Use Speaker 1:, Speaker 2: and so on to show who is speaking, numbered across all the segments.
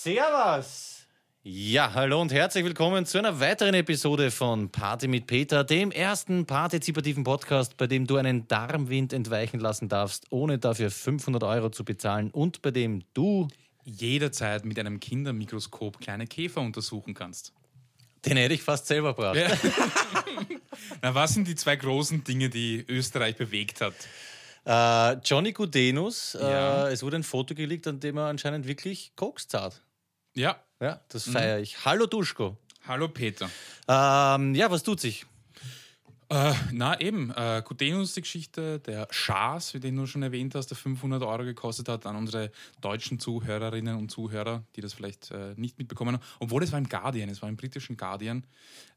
Speaker 1: Servus!
Speaker 2: Ja, hallo und herzlich willkommen zu einer weiteren Episode von Party mit Peter, dem ersten partizipativen Podcast, bei dem du einen Darmwind entweichen lassen darfst, ohne dafür 500 Euro zu bezahlen und bei dem du
Speaker 3: jederzeit mit einem Kindermikroskop kleine Käfer untersuchen kannst.
Speaker 2: den hätte ich fast selber braucht.
Speaker 3: Ja. Na, was sind die zwei großen Dinge, die Österreich bewegt hat?
Speaker 2: Äh, Johnny Gudenus,
Speaker 3: Ja.
Speaker 2: äh, es wurde ein Foto gelegt, an dem er anscheinend wirklich Koks zahlt.
Speaker 3: Ja.
Speaker 2: Ja, das feiere ich. Hallo Duschko.
Speaker 3: Hallo Peter.
Speaker 2: Ähm, ja, was tut sich?
Speaker 3: Äh, na eben, äh, Gudenus, die Geschichte, der Schaas, wie den du schon erwähnt hast, der 500 Euro gekostet hat, an unsere deutschen Zuhörerinnen und Zuhörer, die das vielleicht äh, nicht mitbekommen haben. Obwohl es war im Guardian, es war im britischen Guardian.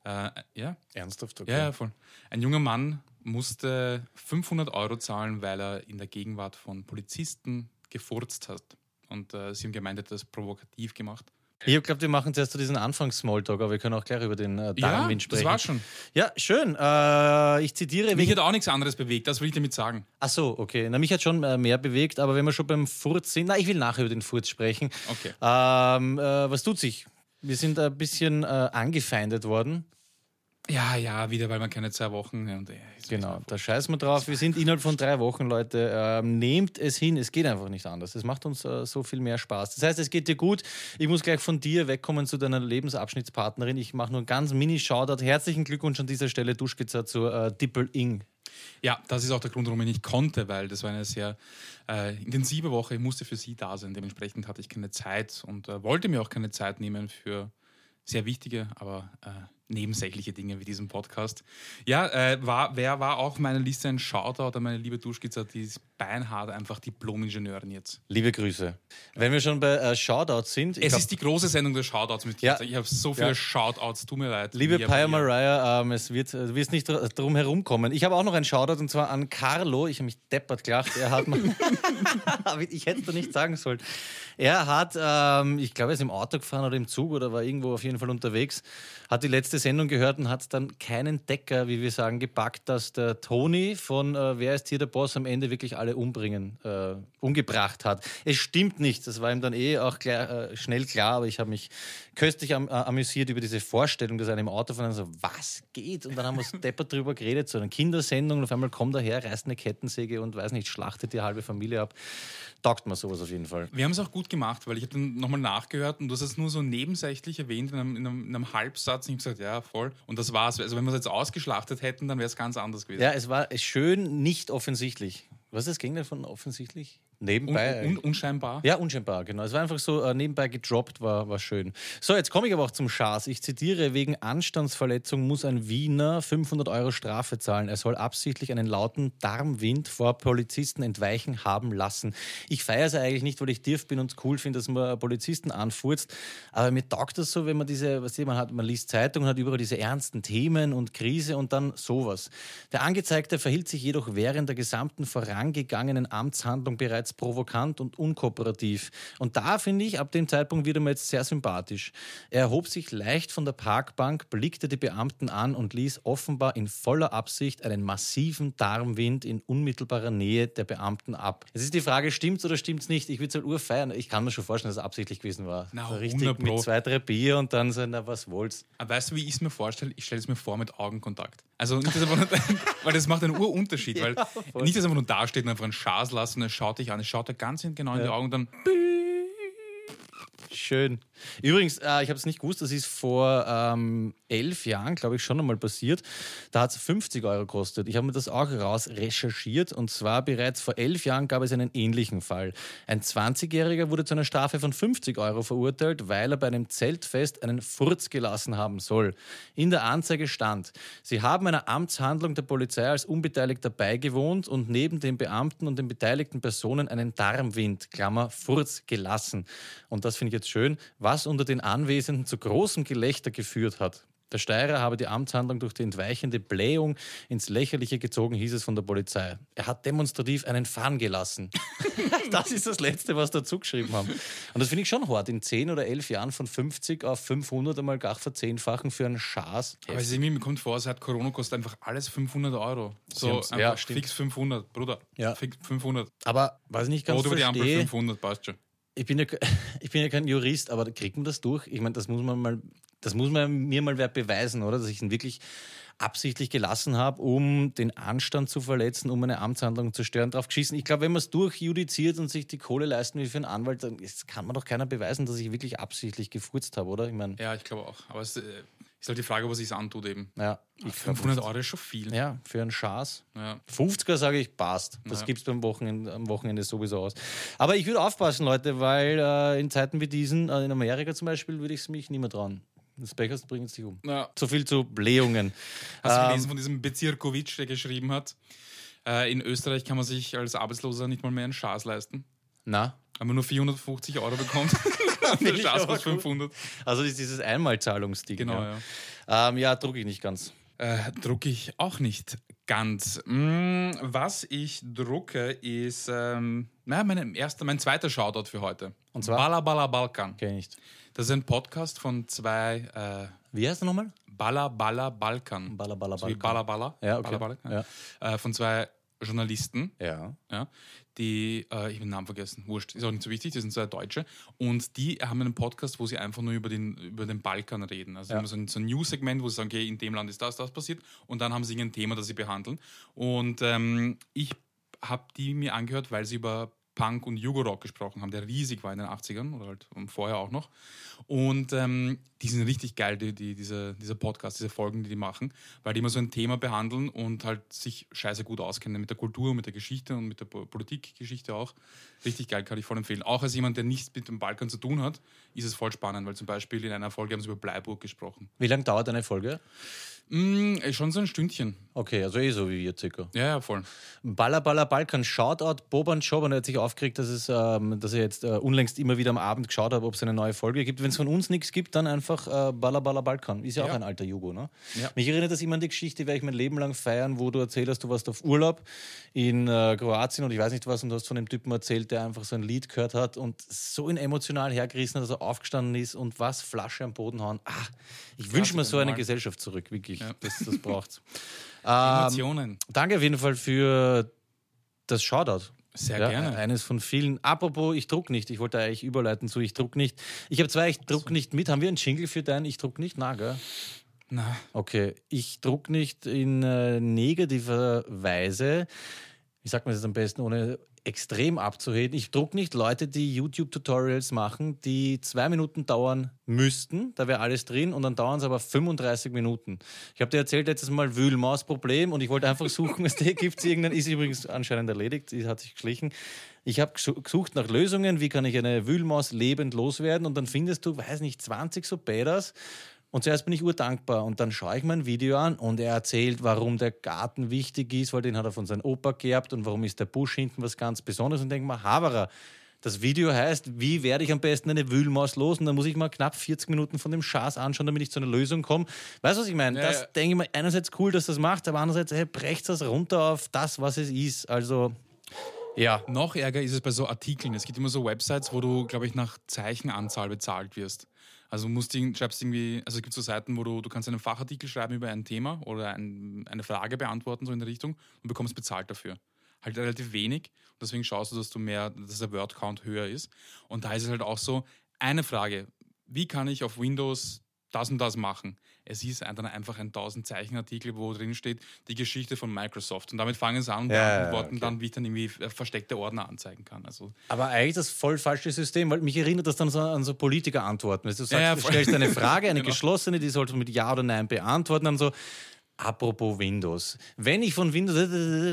Speaker 3: Äh, ja,
Speaker 2: Ernsthaft?
Speaker 3: Ja, ja, voll. Ein junger Mann musste 500 Euro zahlen, weil er in der Gegenwart von Polizisten gefurzt hat. Und äh, sie haben gemeint, er hat das provokativ gemacht.
Speaker 2: Ich glaube, wir machen zuerst so diesen Anfangs-Smalltalk, aber wir können auch gleich über den äh, Darmwind
Speaker 3: das
Speaker 2: sprechen.
Speaker 3: war schon.
Speaker 2: Ja, schön. Äh, ich zitiere
Speaker 3: Mich hat auch nichts anderes bewegt, das will ich damit sagen.
Speaker 2: Ach so, okay. Na, mich hat schon äh, mehr bewegt, aber wenn wir schon beim Furz sind, na, ich will nachher über den Furz sprechen.
Speaker 3: Okay.
Speaker 2: Ähm, äh, was tut sich? Wir sind ein bisschen äh, angefeindet worden.
Speaker 3: Ja, ja, wieder, weil man keine zwei Wochen. ja, Und, äh, jetzt
Speaker 2: Genau, da scheißen wir drauf. Wir sind innerhalb von drei Wochen, Leute. Ähm, nehmt es hin, es geht einfach nicht anders. Es macht uns äh, so viel mehr Spaß. Das heißt, es geht dir gut. Ich muss gleich von dir wegkommen zu deiner Lebensabschnittspartnerin. Ich mache nur einen ganz mini-Shoutout. Herzlichen Glückwunsch an dieser Stelle, Duschkizza, zur äh, Dippel-Ing.
Speaker 3: Ja, das ist auch der Grund, warum ich nicht konnte, weil das war eine sehr äh, intensive Woche. Ich musste für sie da sein. Dementsprechend hatte ich keine Zeit und äh, wollte mir auch keine Zeit nehmen für sehr wichtige, aber äh, nebensächliche Dinge wie diesen Podcast. Ja, äh, war, wer war auch auf meiner Liste ein Shoutout an meine liebe Duschkizza, die ist beinhart einfach Diplom-Ingenieurin jetzt.
Speaker 2: Liebe Grüße. Wenn wir schon bei äh, Shoutouts sind, ich
Speaker 3: es
Speaker 2: glaub-
Speaker 3: ist die große Sendung der Shoutouts mit
Speaker 2: Ja.
Speaker 3: Kizza. Ich habe so viele
Speaker 2: Ja.
Speaker 3: Shoutouts, tut mir leid.
Speaker 2: Liebe
Speaker 3: Mir,
Speaker 2: Pia
Speaker 3: aber ihr-
Speaker 2: Mariah, ähm, es wird, du wirst nicht dr- drum herumkommen. Ich habe auch noch einen Shoutout und zwar an Carlo. Ich habe mich deppert gelacht. Er hat mal, Aber ich hätte es doch nicht sagen sollen. Er hat, ähm, ich glaube, er ist im Auto gefahren oder im Zug oder war irgendwo auf jeden Fall unterwegs, hat die letzte Sendung gehört und hat dann keinen Decker, wie wir sagen, gepackt, dass der Toni von äh, Wer ist hier der Boss am Ende wirklich alle umbringen, äh, umgebracht hat. Es stimmt nicht, das war ihm dann eh auch klar, äh, schnell klar, aber ich habe mich köstlich am, äh, amüsiert über diese Vorstellung, dass er im Auto von so, was geht? Und dann haben wir so deppert drüber geredet, so eine Kindersendung und auf einmal kommt er her, reißt eine Kettensäge und weiß nicht, schlachtet die halbe Familie ab. Taugt mir sowas auf jeden Fall.
Speaker 3: Wir haben es auch gut gemacht, weil ich habe dann nochmal nachgehört und du hast es nur so nebensächlich erwähnt in einem, in einem, in einem Halbsatz. Und ich habe gesagt, ja, voll. Und das war's. Also wenn wir es jetzt ausgeschlachtet hätten, dann wäre es ganz anders gewesen.
Speaker 2: Ja, es war schön nicht offensichtlich. Was ist das Gegenteil von offensichtlich?
Speaker 3: Un,
Speaker 2: Nebenbei.
Speaker 3: un, unscheinbar.
Speaker 2: ja, unscheinbar, genau. Es war einfach so äh, nebenbei gedroppt, war, war schön. So, jetzt komme ich aber auch zum Schaß. Ich zitiere, wegen Anstandsverletzung muss ein Wiener 500 Euro Strafe zahlen. Er soll absichtlich einen lauten Darmwind vor Polizisten entweichen haben lassen. Ich feiere es eigentlich nicht, weil ich dirf bin und es cool finde, dass man Polizisten anfurzt. Aber mir taugt das so, wenn man diese, was man hat, man liest Zeitungen, hat überall diese ernsten Themen und Krise und dann sowas. Der Angezeigte verhielt sich jedoch während der gesamten vorangegangenen Amtshandlung bereits provokant und unkooperativ. Und da finde ich, ab dem Zeitpunkt wird er mir jetzt sehr sympathisch. Er erhob sich leicht von der Parkbank, blickte die Beamten an und ließ offenbar in voller Absicht einen massiven Darmwind in unmittelbarer Nähe der Beamten ab. Es ist die Frage, stimmt's oder stimmt's nicht? Ich würde es halt urfeiern. Ich kann mir schon vorstellen, dass es absichtlich gewesen war.
Speaker 3: Na,
Speaker 2: so richtig
Speaker 3: 100 Pro.
Speaker 2: mit zwei, drei Bier und dann so, na, was wollt's?
Speaker 3: Aber weißt du, wie ich es mir vorstelle? Ich stelle es mir vor mit Augenkontakt. Also nicht, dass er einfach nur, weil das macht einen Urunterschied, weil
Speaker 2: voll.
Speaker 3: nicht, dass er einfach nur dasteht und einfach einen Schaß lässt und er schaut dich an. Er schaut dir ganz genau in die Augen und dann
Speaker 2: Schön. Übrigens, äh, ich habe es nicht gewusst, das ist vor ähm, elf Jahren, glaube ich, schon einmal passiert. Da hat es 50 Euro gekostet. Ich habe mir das auch raus recherchiert und zwar bereits vor elf Jahren gab es einen ähnlichen Fall. Ein 20-Jähriger wurde zu einer Strafe von 50 Euro verurteilt, weil er bei einem Zeltfest einen Furz gelassen haben soll. In der Anzeige stand, sie haben einer Amtshandlung der Polizei als unbeteiligter beigewohnt und neben den Beamten und den beteiligten Personen einen Darmwind, Klammer, Furz gelassen. Und das finde ich jetzt schön, was unter den Anwesenden zu großem Gelächter geführt hat. Der Steirer habe die Amtshandlung durch die entweichende Blähung ins Lächerliche gezogen, hieß es von der Polizei. Er hat demonstrativ einen Fahnen gelassen. das ist das Letzte, was dazu geschrieben haben. Und das finde ich schon hart, in 10 oder 11 Jahren von 50 auf 500 einmal gar verzehnfachen für einen Schaß.
Speaker 3: Aber es ist irgendwie, mir kommt vor, seit Corona kostet einfach alles 500 Euro. So,
Speaker 2: haben's-
Speaker 3: einfach
Speaker 2: ja, stimmt.
Speaker 3: fix 500, Bruder.
Speaker 2: Ja.
Speaker 3: Fix 500.
Speaker 2: Aber was ich nicht ganz
Speaker 3: Rot über die Ampel
Speaker 2: verstehe,
Speaker 3: 500, passt schon.
Speaker 2: ich bin, ja, ke- ich bin ja kein Jurist, aber kriegt man das durch? Ich meine, das muss man mal, das muss man mir mal wer beweisen, oder? Dass ich ihn wirklich absichtlich gelassen habe, um den Anstand zu verletzen, um eine Amtshandlung zu stören, drauf geschissen. Ich glaube, wenn man es durchjudiziert und sich die Kohle leisten will für einen Anwalt, dann ist, kann man doch keiner beweisen, dass ich wirklich absichtlich gefurzt habe, oder? Ich meine,
Speaker 3: Ja, ich glaube auch. Aber es äh, ist halt die Frage, was ich es antut eben.
Speaker 2: ja, ich glaub,
Speaker 3: 500 Euro ist schon viel.
Speaker 2: ja, für einen Schaß.
Speaker 3: Ja.
Speaker 2: 50er sage ich, passt. Das
Speaker 3: Ja.
Speaker 2: gibt's beim Wochenende, am Wochenende sowieso aus. Aber ich würde aufpassen, Leute, weil äh, in Zeiten wie diesen, äh, in Amerika zum Beispiel, würde ich es mich nicht mehr trauen. Das Backers bringt sich um.
Speaker 3: Ja.
Speaker 2: So viel zu Blähungen.
Speaker 3: Hast du
Speaker 2: Ähm,
Speaker 3: gelesen von diesem Bezirkowitsch, der geschrieben hat, äh, in Österreich kann man sich als Arbeitsloser nicht mal mehr einen Schaß leisten.
Speaker 2: Ähm, Na,
Speaker 3: Wenn man nur 450 Euro bekommt, und der
Speaker 2: ich
Speaker 3: Schaß
Speaker 2: aber
Speaker 3: kostet
Speaker 2: gut.
Speaker 3: 500.
Speaker 2: also ist dieses Einmalzahlungsding.
Speaker 3: Genau,
Speaker 2: ja.
Speaker 3: ja.
Speaker 2: Ähm, ja, drucke ich nicht ganz.
Speaker 3: Äh, drucke ich auch nicht ganz. Mm, was ich drucke ist, ähm, naja, mein, erster, mein zweiter Shoutout für heute.
Speaker 2: Und zwar?
Speaker 3: Bala Bala Balkan.
Speaker 2: Kenn ich nicht.
Speaker 3: Das ist ein Podcast von zwei äh,
Speaker 2: Wie heißt er nochmal?
Speaker 3: Bala Bala Balkan.
Speaker 2: Balla, balla,
Speaker 3: So wie
Speaker 2: Balkan.
Speaker 3: Bala Bala.
Speaker 2: Ja, okay.
Speaker 3: Bala Bala, ja. Äh, von zwei Journalisten.
Speaker 2: Ja.
Speaker 3: ja, die, äh, ich habe den Namen vergessen, wurscht, ist auch nicht so wichtig, die sind zwei Deutsche und die haben einen Podcast, wo sie einfach nur über den, über den Balkan reden. Also
Speaker 2: Ja.
Speaker 3: immer so ein, so ein News-Segment, wo sie sagen, okay, in dem Land ist das, das passiert und dann haben sie irgendein Thema, das sie behandeln. Und ähm, ich habe die mir angehört, weil sie über Punk und Jugorock gesprochen haben, der riesig war in den 80ern oder halt und vorher auch noch. Und ähm, die sind richtig geil, die, die, diese, diese Podcasts, diese Folgen, die die machen, weil die immer so ein Thema behandeln und halt sich scheiße gut auskennen mit der Kultur, mit der Geschichte und mit der Po- Politikgeschichte auch. Richtig geil, kann ich voll empfehlen. Auch als jemand, der nichts mit dem Balkan zu tun hat, ist es voll spannend, weil zum Beispiel in einer Folge haben sie über Bleiburg gesprochen.
Speaker 2: Wie lange dauert eine Folge?
Speaker 3: Mm, äh, schon so ein Stündchen.
Speaker 2: Okay, also eh so wie wir circa.
Speaker 3: Ja, ja, voll.
Speaker 2: Baller, Baller, Balkan, Shoutout, Boban Schoban, er hat sich aufgeregt, dass, es, ähm, dass er jetzt äh, unlängst immer wieder am Abend geschaut hat, ob es eine neue Folge gibt. Wenn es von uns nichts gibt, dann einfach äh, Baller, Baller, Balkan. Ist ja, auch
Speaker 3: Ja.
Speaker 2: ein alter Jugo, ne?
Speaker 3: Ja.
Speaker 2: Mich erinnert das immer an die Geschichte, werde ich mein Leben lang feiern, wo du erzählt hast, du warst auf Urlaub in äh, Kroatien und ich weiß nicht was und du hast von dem Typen erzählt, der einfach so ein Lied gehört hat und so ihn emotional hergerissen hat, dass er aufgestanden ist und was, Flasche am Boden hauen. Ah, ich wünsche mir so eine
Speaker 3: normal.
Speaker 2: Gesellschaft zurück, wirklich.
Speaker 3: Ja.
Speaker 2: Das, das braucht's. Ähm,
Speaker 3: Emotionen.
Speaker 2: Danke auf jeden Fall für das Shoutout.
Speaker 3: Sehr
Speaker 2: Ja, äh,
Speaker 3: gerne.
Speaker 2: Eines von vielen. Apropos, ich druck nicht. Ich wollte eigentlich überleiten zu Ich druck nicht. Ich habe zwei Ich druck nicht mit. Haben wir einen Jingle für deinen Ich druck nicht? Na, gell?
Speaker 3: Na,
Speaker 2: Okay. Ich druck nicht in äh, negativer Weise. Wie sagt man das am besten, ohne extrem abzuheben? Ich druck nicht Leute, die YouTube-Tutorials machen, die zwei Minuten dauern müssten. Da wäre alles drin und dann dauern es aber 35 Minuten. Ich habe dir erzählt letztes Mal Wühlmaus-Problem und ich wollte einfach suchen, was der gibt es irgendeinen. Ist übrigens anscheinend erledigt, die hat sich geschlichen. Ich habe gesu- gesucht nach Lösungen, wie kann ich eine Wühlmaus lebend loswerden und dann findest du, weiß nicht, 20 so Bäders. Und zuerst bin ich urdankbar und dann schaue ich mein Video an und er erzählt, warum der Garten wichtig ist, weil den hat er von seinem Opa geerbt und warum ist der Busch hinten was ganz Besonderes und denke mal, Haberer. Das Video heißt, wie werde ich am besten eine Wühlmaus los? Und dann muss ich mal knapp 40 Minuten von dem Schaß anschauen, damit ich zu einer Lösung komme. Weißt du, was ich meine?
Speaker 3: Ja,
Speaker 2: das
Speaker 3: ja.
Speaker 2: denke ich mir einerseits cool, dass das macht, aber andererseits, hey, brecht das runter auf das, was es ist. Also, ja.
Speaker 3: Noch ärger ist es bei so Artikeln. Es gibt immer so Websites, wo du, glaube ich, nach Zeichenanzahl bezahlt wirst. Also musst du irgend- schreibst irgendwie, also es gibt so Seiten, wo du, du kannst einen Fachartikel schreiben über ein Thema oder ein, eine Frage beantworten, so in der Richtung, und bekommst bezahlt dafür. Halt relativ wenig. Und deswegen schaust du, dass du mehr, dass der Word-Count höher ist. Und da ist es halt auch so, eine Frage, wie kann ich auf Windows das und das machen. Es ist ein- dann einfach ein 1000 Zeichen Artikel, wo drin steht die Geschichte von Microsoft und damit fangen sie an und
Speaker 2: Ja, ja,
Speaker 3: beantworten
Speaker 2: okay.
Speaker 3: dann, wie ich dann irgendwie äh, versteckte Ordner anzeigen kann. Also
Speaker 2: Aber eigentlich das voll falsche System, weil mich erinnert das dann so an so Politikerantworten. Weißt Du du
Speaker 3: Ja,
Speaker 2: sagst,
Speaker 3: ja,
Speaker 2: du
Speaker 3: voll.
Speaker 2: stellst eine Frage, eine
Speaker 3: Genau.
Speaker 2: geschlossene, die sollst du mit Ja oder Nein beantworten. Dann so, apropos Windows. Wenn ich von Windows,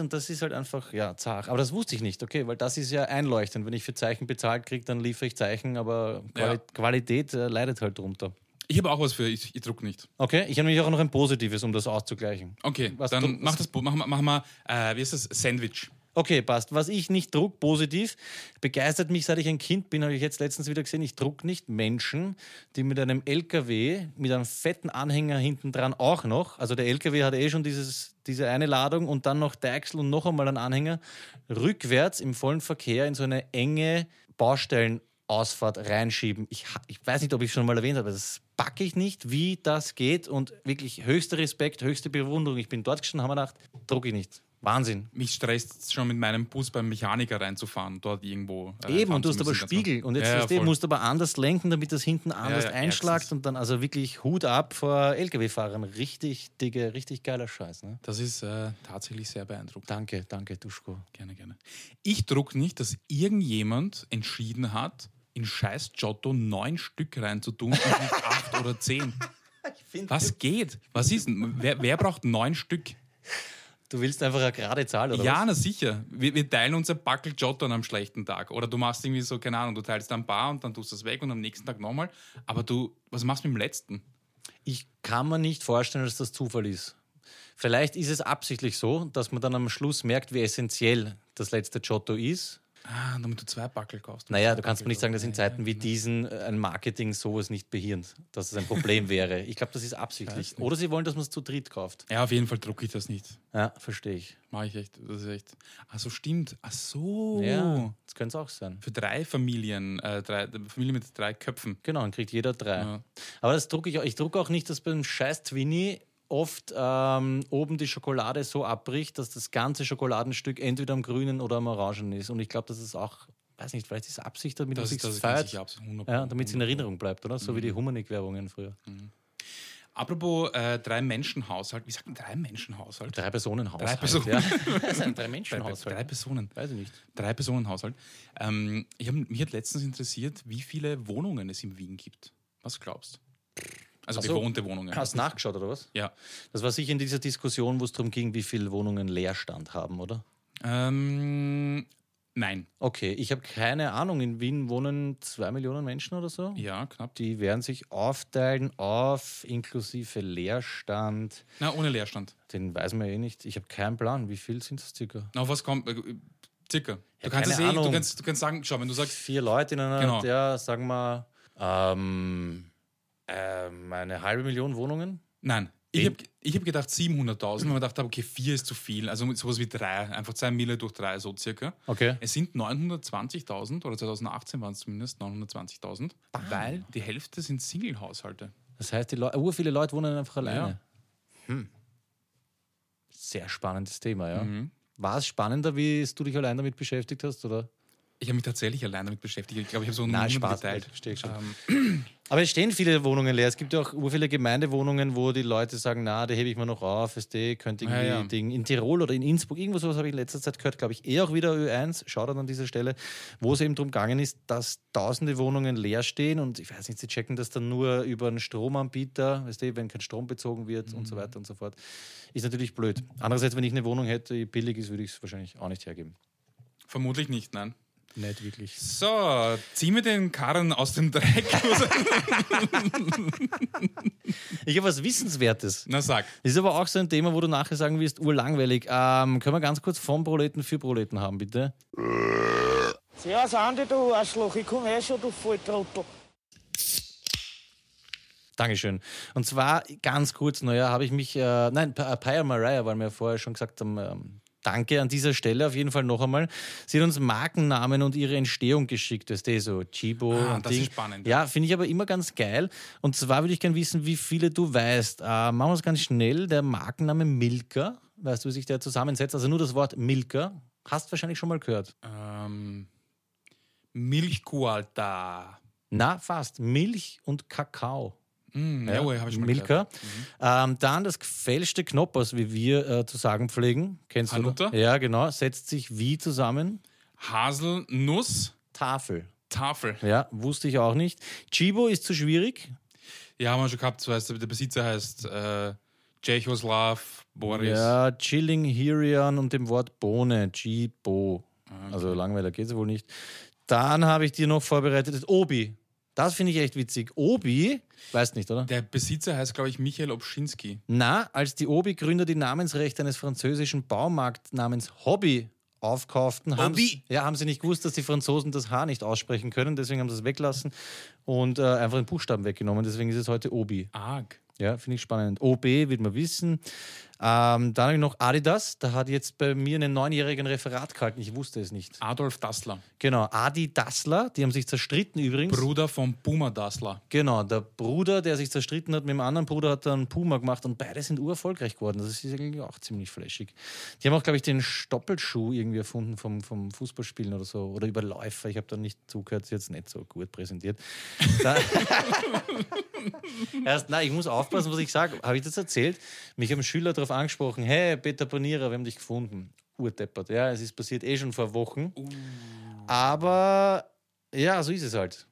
Speaker 2: und das ist halt einfach, ja, zart. Aber das wusste ich nicht, okay, weil das ist ja einleuchtend. Wenn ich für Zeichen bezahlt kriege, dann liefere ich Zeichen, aber Quali
Speaker 3: Ja.
Speaker 2: Qualität äh, leidet halt drunter.
Speaker 3: ich habe auch was für, ich, ich druck nicht.
Speaker 2: Okay, ich habe nämlich auch noch ein positives, um das auszugleichen.
Speaker 3: Okay,
Speaker 2: Was
Speaker 3: dann
Speaker 2: druck-
Speaker 3: mach das, mach, mach mal, äh, wie ist das, Sandwich.
Speaker 2: Okay, passt. Was ich nicht druck, positiv, begeistert mich, seit ich ein Kind bin, habe ich jetzt letztens wieder gesehen, ich druck nicht Menschen, die mit einem LKW, mit einem fetten Anhänger hinten dran auch noch, also der LKW hat eh schon dieses, diese eine Ladung und dann noch Deichsel und noch einmal einen Anhänger, rückwärts im vollen Verkehr in so eine enge Baustellenausfahrt reinschieben. Ich, ha- ich weiß nicht, ob ich schon mal erwähnt habe, das packe ich nicht, wie das geht und wirklich höchster Respekt, höchste Bewunderung. Ich bin dort gestanden, habe mir gedacht, druck ich nicht. Wahnsinn.
Speaker 3: Mich stresst schon mit meinem Bus beim Mechaniker reinzufahren, dort irgendwo. äh,
Speaker 2: Eben,
Speaker 3: fahren
Speaker 2: und du
Speaker 3: zu
Speaker 2: hast aber
Speaker 3: müssen.
Speaker 2: Spiegel. Und jetzt
Speaker 3: Ja, ja,
Speaker 2: verstehst du,
Speaker 3: voll.
Speaker 2: musst aber anders lenken, damit das hinten anders
Speaker 3: ja, ja,
Speaker 2: einschlagt.
Speaker 3: das-
Speaker 2: und dann also wirklich Hut ab vor Lkw-Fahrern. Richtig, Digga, richtig geiler Scheiß. Ne?
Speaker 3: Das ist äh, tatsächlich sehr beeindruckend.
Speaker 2: Danke, danke, Duschko.
Speaker 3: Gerne, gerne. Ich druck nicht, dass irgendjemand entschieden hat, in scheiß Giotto neun Stück reinzutun und nicht acht oder zehn. Was geht? Was ist denn? Wer, wer braucht neun Stück?
Speaker 2: Du willst einfach eine gerade Zahl, oder
Speaker 3: Ja,
Speaker 2: was?
Speaker 3: na sicher. Wir, wir teilen unser Backel Giotto an einem schlechten Tag. Oder du machst irgendwie so, keine Ahnung, du teilst ein paar und dann tust du es weg und am nächsten Tag nochmal. Aber du, was machst du mit dem letzten?
Speaker 2: Ich kann mir nicht vorstellen, dass das Zufall ist. Vielleicht ist es absichtlich so, dass man dann am Schluss merkt, wie essentiell das letzte Giotto ist.
Speaker 3: Ah, damit du zwei Backel kaufst.
Speaker 2: Naja, du kannst mir nicht sagen, dass in
Speaker 3: Ja, genau.
Speaker 2: Zeiten wie diesen äh, ein Marketing sowas nicht behirnt, dass es ein Problem wäre. Ich glaube, das ist absichtlich. Oder sie wollen, dass man es zu dritt kauft.
Speaker 3: Ja, auf jeden Fall drucke ich das nicht.
Speaker 2: Ja, verstehe ich.
Speaker 3: Mache ich echt. Das ist echt. Ach so, stimmt. Ach so.
Speaker 2: Ja, das könnte es auch sein.
Speaker 3: Für drei Familien, äh, drei, Familie mit drei Köpfen.
Speaker 2: Genau, dann kriegt jeder drei.
Speaker 3: Ja.
Speaker 2: Aber das drucke ich auch. Ich drucke auch nicht, dass beim scheiß Twinny oft ähm, oben die Schokolade so abbricht, dass das ganze Schokoladenstück entweder am grünen oder am orangen ist. Und ich glaube, das ist auch, weiß nicht, vielleicht ist es Absicht, damit man
Speaker 3: Das,
Speaker 2: sich Mhm.
Speaker 3: das kann
Speaker 2: feiert.
Speaker 3: sich absolut 100
Speaker 2: Ja, damit es in Erinnerung bleibt, oder? So wie die Humanik-Werbungen früher.
Speaker 3: Apropos äh, Drei-Menschen-Haushalt. Wie sagt man Drei-Menschen-Haushalt?
Speaker 2: Drei Personen Haushalt.
Speaker 3: Drei Personen.
Speaker 2: Ja. das ist ein drei
Speaker 3: Drei,
Speaker 2: Menschen Haushalt.
Speaker 3: drei Personen.
Speaker 2: Weiß ich nicht.
Speaker 3: Drei Personen Haushalt. Ähm, ich hab, mich hat letztens interessiert, wie viele Wohnungen es in Wien gibt. Was glaubst? Also
Speaker 2: Ach so.
Speaker 3: bewohnte Wohnungen.
Speaker 2: Hast nachgeschaut oder was?
Speaker 3: Ja.
Speaker 2: Das war sicher in dieser Diskussion, wo es darum ging, wie viele Wohnungen Leerstand haben, oder?
Speaker 3: Ähm, nein.
Speaker 2: Okay, ich habe keine Ahnung. In Wien wohnen zwei Millionen Menschen oder so.
Speaker 3: Ja, knapp.
Speaker 2: Die werden sich aufteilen auf inklusive Leerstand.
Speaker 3: Na, ohne Leerstand.
Speaker 2: Den weiß man eh nicht. Ich habe keinen Plan. Wie viel sind das circa?
Speaker 3: Na, auf was kommt? Äh, circa.
Speaker 2: Ja,
Speaker 3: du, kannst
Speaker 2: keine
Speaker 3: es eh, du,
Speaker 2: Ahnung.
Speaker 3: kannst, du kannst sagen, schau, wenn du sagst,
Speaker 2: Vier Leute in einer,
Speaker 3: Genau.
Speaker 2: ja, sagen wir, ähm, ähm, eine halbe Million Wohnungen.
Speaker 3: Nein. Ich
Speaker 2: Wen?
Speaker 3: habe ich hab gedacht 700.000, weil man gedacht habe, okay, 4 ist zu viel. Also sowas wie 3, einfach 2 Mille durch 3, so circa.
Speaker 2: Okay.
Speaker 3: Es sind 920.000 oder 2018 waren es zumindest 920.000, weil die Hälfte sind Single-Haushalte.
Speaker 2: Das heißt, die Leu ur viele Leute wohnen einfach alleine.
Speaker 3: Ja.
Speaker 2: Hm. Sehr spannendes Thema, ja.
Speaker 3: Mhm.
Speaker 2: War es spannender, wie es du dich allein damit beschäftigt hast, oder?
Speaker 3: Ich habe mich tatsächlich allein damit beschäftigt. Ich glaube, ich habe so einen
Speaker 2: Nein,
Speaker 3: Nummer
Speaker 2: Spaß,
Speaker 3: geteilt.
Speaker 2: verstehe ich schon.
Speaker 3: Ähm,
Speaker 2: Aber es stehen viele Wohnungen leer. Es gibt ja auch ur viele Gemeindewohnungen, wo die Leute sagen, na, da hebe ich mir noch auf, SD, könnte irgendwie
Speaker 3: Ja, ja.
Speaker 2: Ding. In Tirol oder in Innsbruck, irgendwo sowas habe ich in letzter Zeit gehört, glaube ich, eh auch wieder Ö1, schaut an dieser Stelle, wo es eben darum gegangen ist, dass tausende Wohnungen leer stehen und ich weiß nicht, sie checken das dann nur über einen Stromanbieter, weißt du, wenn kein Strom bezogen wird und so weiter und so fort. Ist natürlich blöd. Andererseits, wenn ich eine Wohnung hätte, die billig ist, würde ich es wahrscheinlich auch nicht hergeben.
Speaker 3: vermutlich nicht, nein.
Speaker 2: Nicht wirklich.
Speaker 3: So, ziehen wir den Karren aus dem Dreck.
Speaker 2: Ich habe was Wissenswertes.
Speaker 3: Na sag.
Speaker 2: Das ist aber auch so ein Thema, wo du nachher sagen wirst, urlangweilig. Ähm, können wir ganz kurz vom Proleten für Proleten haben, bitte?
Speaker 1: Ja, Sandy, du Arschloch, ich komm eh schon, du Volltrottel.
Speaker 2: Dankeschön. Und zwar ganz kurz, naja, habe ich mich, äh, nein, Pa- äh, Pia Mariah, weil wir ja vorher schon gesagt haben, ähm, danke an dieser Stelle auf jeden Fall noch einmal. Sie hat uns Markennamen und ihre Entstehung geschickt, weißt du, so Chibo
Speaker 3: Ah,
Speaker 2: und
Speaker 3: das
Speaker 2: Ding.
Speaker 3: ist spannend.
Speaker 2: Ja, finde ich aber immer ganz geil. Und zwar würde ich gerne wissen, wie viele du weißt. Äh, machen wir es ganz schnell, der Markenname Milka, weißt du, wie sich der zusammensetzt? Also nur das Wort Milka, hast wahrscheinlich schon mal gehört.
Speaker 3: Ähm, Milchkualta.
Speaker 2: Na, fast. Milch und Kakao.
Speaker 3: Mm, ja, habe ich mal
Speaker 2: Milka. Ähm, dann das gefälschte Knoppers, wie wir äh, zu sagen pflegen. Kennst du?
Speaker 3: Hanuta?
Speaker 2: oder? Ja, genau. Setzt sich wie zusammen?
Speaker 3: gehört. Haselnuss,
Speaker 2: Tafel.
Speaker 3: Tafel.
Speaker 2: Ja, wusste ich auch nicht. Chibo ist zu schwierig.
Speaker 3: Ja, haben wir schon gehabt. So heißt, der der Besitzer heißt äh, Czechoslav Boris.
Speaker 2: Ja, Chilling, Hirian und dem Wort Bohne. Chibo.
Speaker 3: Ah,
Speaker 2: Also langweilig geht es wohl nicht. Dann habe ich dir noch vorbereitet das Obi. Das finde ich echt witzig. Obi, weißt nicht, oder?
Speaker 3: Der Besitzer heißt, glaube ich, Michael Obschinski.
Speaker 2: Na, als die Obi-Gründer die Namensrechte eines französischen Baumarkt namens Hobby aufkauften, haben sie,
Speaker 3: Hobby?
Speaker 2: ja, haben sie nicht gewusst, dass die Franzosen das H nicht aussprechen können. Deswegen haben sie es weglassen und äh, einfach den Buchstaben weggenommen. Deswegen ist es heute Obi.
Speaker 3: Arg.
Speaker 2: Ja, finde ich spannend. OB wird man wissen. Ähm, dann habe ich noch Adidas. Da hat jetzt bei mir einen Neunjährigen Referat gehalten. Ich wusste es nicht.
Speaker 3: Adolf Dassler,
Speaker 2: Genau, Adi Dassler. Die haben sich zerstritten übrigens.
Speaker 3: Bruder von Puma Dassler.
Speaker 2: Genau, der Bruder, der sich zerstritten hat mit dem anderen Bruder, hat dann Puma gemacht und beide sind urerfolgreich geworden. Das ist eigentlich auch ziemlich flashig. Die haben auch, glaube ich, den Stoppelschuh irgendwie erfunden vom, vom Fußballspielen oder so oder über Läufer. Ich habe da nicht zugehört, ist jetzt nicht so gut präsentiert. Da Erst, nein, ich muss aufpassen, was ich sage. Habe ich das erzählt? Mich haben Schüler darauf angesprochen: Hey, Peter Panierer, wir haben dich gefunden. Urdeppert, ja, es ist passiert eh schon vor Wochen.
Speaker 3: Uh.
Speaker 2: Aber ja, so ist es halt.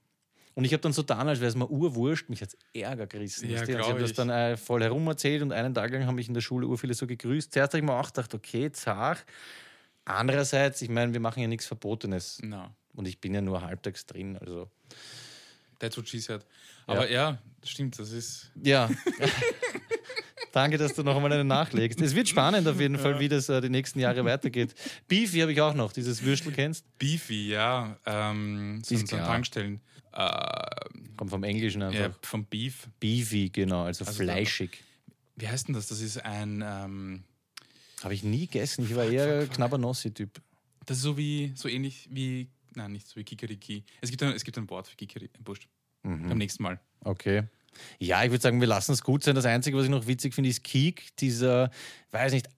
Speaker 2: Und ich habe dann so getan, als wäre es mir urwurscht, mich hat Ärger gerissen.
Speaker 3: Ja,
Speaker 2: weißt du? Und ich
Speaker 3: glaub
Speaker 2: habe das
Speaker 3: ich.
Speaker 2: dann äh, voll herum erzählt und einen Tag lang haben mich in der Schule urviele so gegrüßt. Zuerst habe ich mir auch gedacht, okay, zach. Andererseits, ich meine, wir machen ja nichts Verbotenes.
Speaker 3: Na,
Speaker 2: Und ich bin ja nur halbtags drin. Also,
Speaker 3: that's what she said. Aber ja, stimmt, das ist.
Speaker 2: ja. Danke, dass du noch einmal einen nachlegst. Es wird spannend auf jeden Fall, wie das äh, die nächsten Jahre weitergeht. Beefy habe ich auch noch, dieses Würstel kennst.
Speaker 3: Beefy, ja. Ähm, so
Speaker 2: Ist
Speaker 3: an so
Speaker 2: klar.
Speaker 3: Tankstellen.
Speaker 2: Kommt vom Englischen einfach.
Speaker 3: Ja, vom Beef.
Speaker 2: Beefy, genau, also,
Speaker 3: Also da-
Speaker 2: fleischig.
Speaker 3: Wie heißt denn das? Das ist ein. Ähm,
Speaker 2: Habe ich nie gegessen. Ich war eher knapper Nossi-Typ.
Speaker 3: das ist so wie. So ähnlich wie. Nein, nicht so wie Kikeriki. Es gibt ein, es gibt ein Wort für Kikeriki. Busch.
Speaker 2: Mhm.
Speaker 3: Am nächsten Mal.
Speaker 2: Okay. Ja, ich würde sagen, wir lassen es gut sein. Das Einzige, was ich noch witzig finde, ist Kiek, dieser, weiß nicht,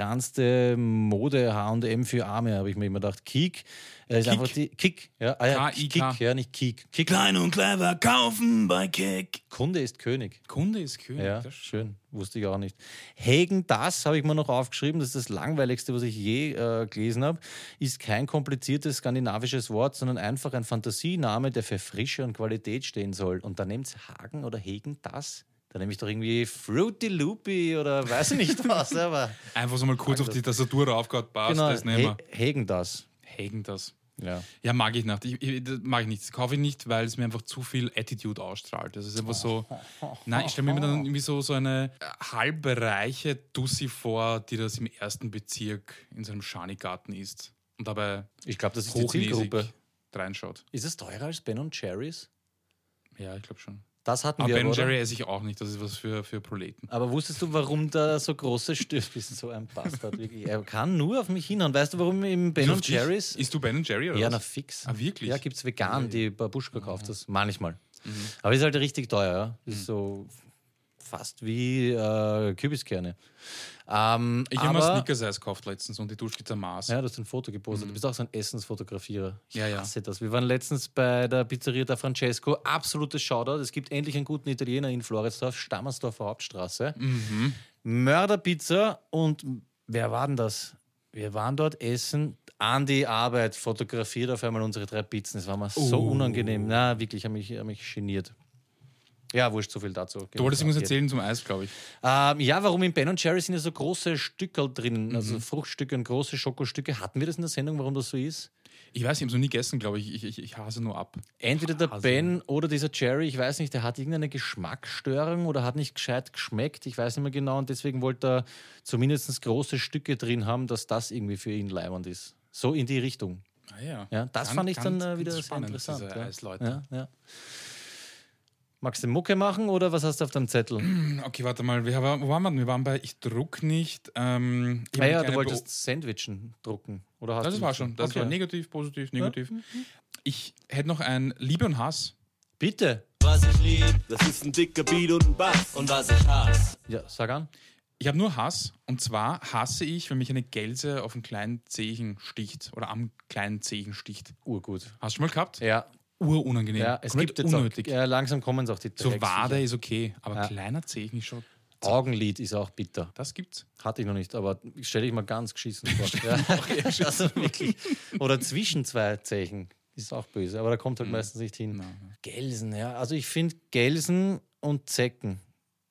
Speaker 2: abgeranzte Mode H&M für Arme, habe ich mir immer gedacht. Kiek äh, ist
Speaker 3: Kick?
Speaker 2: einfach die Kick, ja, ah, ja
Speaker 3: K-I-K.
Speaker 2: Kick, ja, nicht Kiek. Kick.
Speaker 3: Klein und clever kaufen bei Kick.
Speaker 2: Kunde ist König.
Speaker 3: Kunde ist König.
Speaker 2: Ja,
Speaker 3: das ist
Speaker 2: schön. Wusste ich auch nicht. Hagen das habe ich mir noch aufgeschrieben. Das ist das langweiligste, was ich je äh, gelesen habe. Ist kein kompliziertes skandinavisches Wort, sondern einfach ein Fantasiename, der für Frische und Qualität stehen soll. Und da nehmt Hagen oder Hegen das. Da nehme ich doch irgendwie Fruity Loopy oder weiß ich nicht was, aber
Speaker 3: Einfach so mal kurz auf die Tastatur raufgehauen, passt,
Speaker 2: genau,
Speaker 3: das nehmen wir.
Speaker 2: He Hegen das.
Speaker 3: Hagen das.
Speaker 2: Ja.
Speaker 3: Ja, mag ich nicht. Ich, ich, das mag ich nicht. Das kaufe ich nicht, weil es mir einfach zu viel Attitude ausstrahlt. Das ist einfach so. Nein, ich stelle mir immer dann irgendwie so, so eine äh, halbe reiche Tussi vor, die das im ersten Bezirk in seinem Schanigarten isst. Und dabei
Speaker 2: Ich glaube, das ist die
Speaker 3: hochnäsig
Speaker 2: Zielgruppe.
Speaker 3: reinschaut.
Speaker 2: Ist es teurer als Ben und Jerry's?
Speaker 3: Ja, ich glaube schon.
Speaker 2: Das hatten
Speaker 3: Aber
Speaker 2: wir
Speaker 3: Ah, Ben
Speaker 2: aber, oder?
Speaker 3: Jerry esse ich auch nicht. Das ist was für, für Proleten.
Speaker 2: Aber wusstest du, warum da so große Stirn bist? So ein Bastard, wirklich. Er kann nur auf mich hinhauen. Weißt du, warum im Ben
Speaker 3: Auf
Speaker 2: und
Speaker 3: dich?
Speaker 2: Jerry's?
Speaker 3: Isst du Ben Jerry oder
Speaker 2: Ja, na
Speaker 3: was?
Speaker 2: fix.
Speaker 3: Ah, wirklich? Mhm.
Speaker 2: Ja, gibt es vegan, die Babuschka kauft das. Manchmal. Aber ist halt richtig teuer. Ja? Ist so fast wie äh, Kürbiskerne. Ähm,
Speaker 3: Ich habe
Speaker 2: aber,
Speaker 3: mal Snickers-Eis gekauft letztens und die Duschkizze am Mars.
Speaker 2: ja, du hast ein Foto gepostet. Du bist auch so ein Essensfotografierer. Ich
Speaker 3: Mhm. Ja, ja.
Speaker 2: hasse das. Wir waren letztens bei der Pizzeria da Francesco. Absolutes Shoutout. Es gibt endlich einen guten Italiener in Floridsdorf, Stammersdorfer Hauptstraße.
Speaker 3: Mhm.
Speaker 2: Mörderpizza und wer war denn das? Wir waren dort essen, an die Arbeit, fotografiert auf einmal unsere drei Pizzen. Das war mir so
Speaker 3: Oh.
Speaker 2: unangenehm. Na, wirklich, habe mich, hab mich geniert. Ja, wurscht, so viel dazu. Genau,
Speaker 3: Du wolltest irgendwas erzählen zum Eis, glaube ich.
Speaker 2: Ähm, ja, warum in Ben und Jerry sind ja so große Stücke drin,
Speaker 3: Mhm.
Speaker 2: also Fruchtstücke und große Schokostücke. Hatten wir das in der Sendung, warum das so ist?
Speaker 3: Ich weiß, ich habe es noch nie gegessen, glaube ich. Ich, ich, ich hase nur ab.
Speaker 2: Entweder
Speaker 3: Also-
Speaker 2: der Ben oder dieser Jerry, ich weiß nicht, der hat irgendeine Geschmacksstörung oder hat nicht gescheit geschmeckt, ich weiß nicht mehr genau. Und deswegen wollte er zumindest große Stücke drin haben, dass das irgendwie für ihn leibend ist. So in die Richtung.
Speaker 3: Ah, ja.
Speaker 2: Ja, das
Speaker 3: Ganz-
Speaker 2: fand ich dann
Speaker 3: ganz-
Speaker 2: äh, wieder
Speaker 3: ganz
Speaker 2: sehr interessant.
Speaker 3: diese
Speaker 2: Ja.
Speaker 3: Eisleute.
Speaker 2: Ja, ja. Magst du Mucke machen oder was hast du auf deinem Zettel?
Speaker 3: Okay, warte mal. Wir, haben- wo waren wir denn? Wir waren bei Ich druck nicht. Ähm, ich
Speaker 2: Ah
Speaker 3: hab
Speaker 2: ja,
Speaker 3: eine
Speaker 2: du
Speaker 3: kleine
Speaker 2: wolltest Sandwichen drucken. Oder hast
Speaker 3: Be-
Speaker 2: du
Speaker 3: Das war
Speaker 2: nicht?
Speaker 3: schon. Das
Speaker 2: Okay. Mhm,
Speaker 3: war negativ, positiv, negativ. Ich hätte noch ein Liebe und Hass.
Speaker 2: Bitte.
Speaker 4: Was ich lieb, das ist ein dicker Beat und ein Bass. Und was ich hasse,
Speaker 2: Ja, sag an.
Speaker 3: Ich habe nur Hass. Und zwar hasse ich, wenn mich eine Gelse auf den kleinen Zehen sticht oder am kleinen Zehen sticht.
Speaker 2: Urgut.
Speaker 3: Hast du schon mal gehabt?
Speaker 2: Ja,
Speaker 3: Urunangenehm.
Speaker 2: ja es
Speaker 3: Komplett
Speaker 2: gibt jetzt
Speaker 3: unnötig.
Speaker 2: Auch, ja, langsam kommen es auch die
Speaker 3: so
Speaker 2: Drecks-
Speaker 3: Wade ist okay, aber
Speaker 2: Ja.
Speaker 3: kleiner Zehen ist schon.
Speaker 2: Augenlid ist auch bitter.
Speaker 3: Das gibt's.
Speaker 2: Hatte ich noch nicht, aber stelle ich mal ganz geschissen vor. ja. also wirklich. Oder zwischen zwei Zeichen. Ist auch böse, aber da kommt halt meistens nicht hin. Gelsen, ja. Also ich finde, Gelsen und Zecken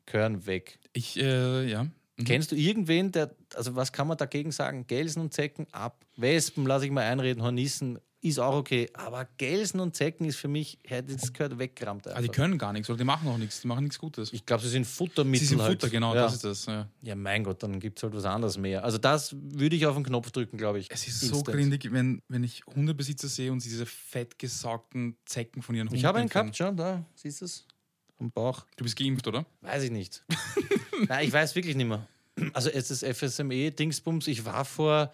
Speaker 2: gehören weg.
Speaker 3: Ich, äh, ja. Mhm.
Speaker 2: Kennst du irgendwen, der, also was kann man dagegen sagen? Gelsen und Zecken ab. Wespen lasse ich mal einreden, Hornissen ist auch okay. Aber Gelsen und Zecken ist für mich, ja, das gehört weggerammt.
Speaker 3: Ah, die
Speaker 2: Einfach.
Speaker 3: können gar nichts oder die machen auch nichts. Die machen nichts Gutes.
Speaker 2: Ich glaube, sie sind Futtermittel.
Speaker 3: Sie sind
Speaker 2: halt.
Speaker 3: Futter, genau,
Speaker 2: ja.
Speaker 3: das ist das. Ja.
Speaker 2: Ja, mein Gott, dann gibt es halt was anderes mehr. Also das würde ich auf den Knopf drücken, glaube ich.
Speaker 3: Es ist so
Speaker 2: Instant.
Speaker 3: grindig, wenn, wenn ich Hundebesitzer sehe und sie diese fettgesaugten Zecken von ihren Hunden.
Speaker 2: Ich habe einen
Speaker 3: entfernen.
Speaker 2: gehabt, schon, da, siehst du es? am Bauch.
Speaker 3: Du bist geimpft, oder?
Speaker 2: Weiß ich nicht. Nein, ich weiß wirklich nicht mehr. Also es ist FSME-Dingsbums. Ich war vor,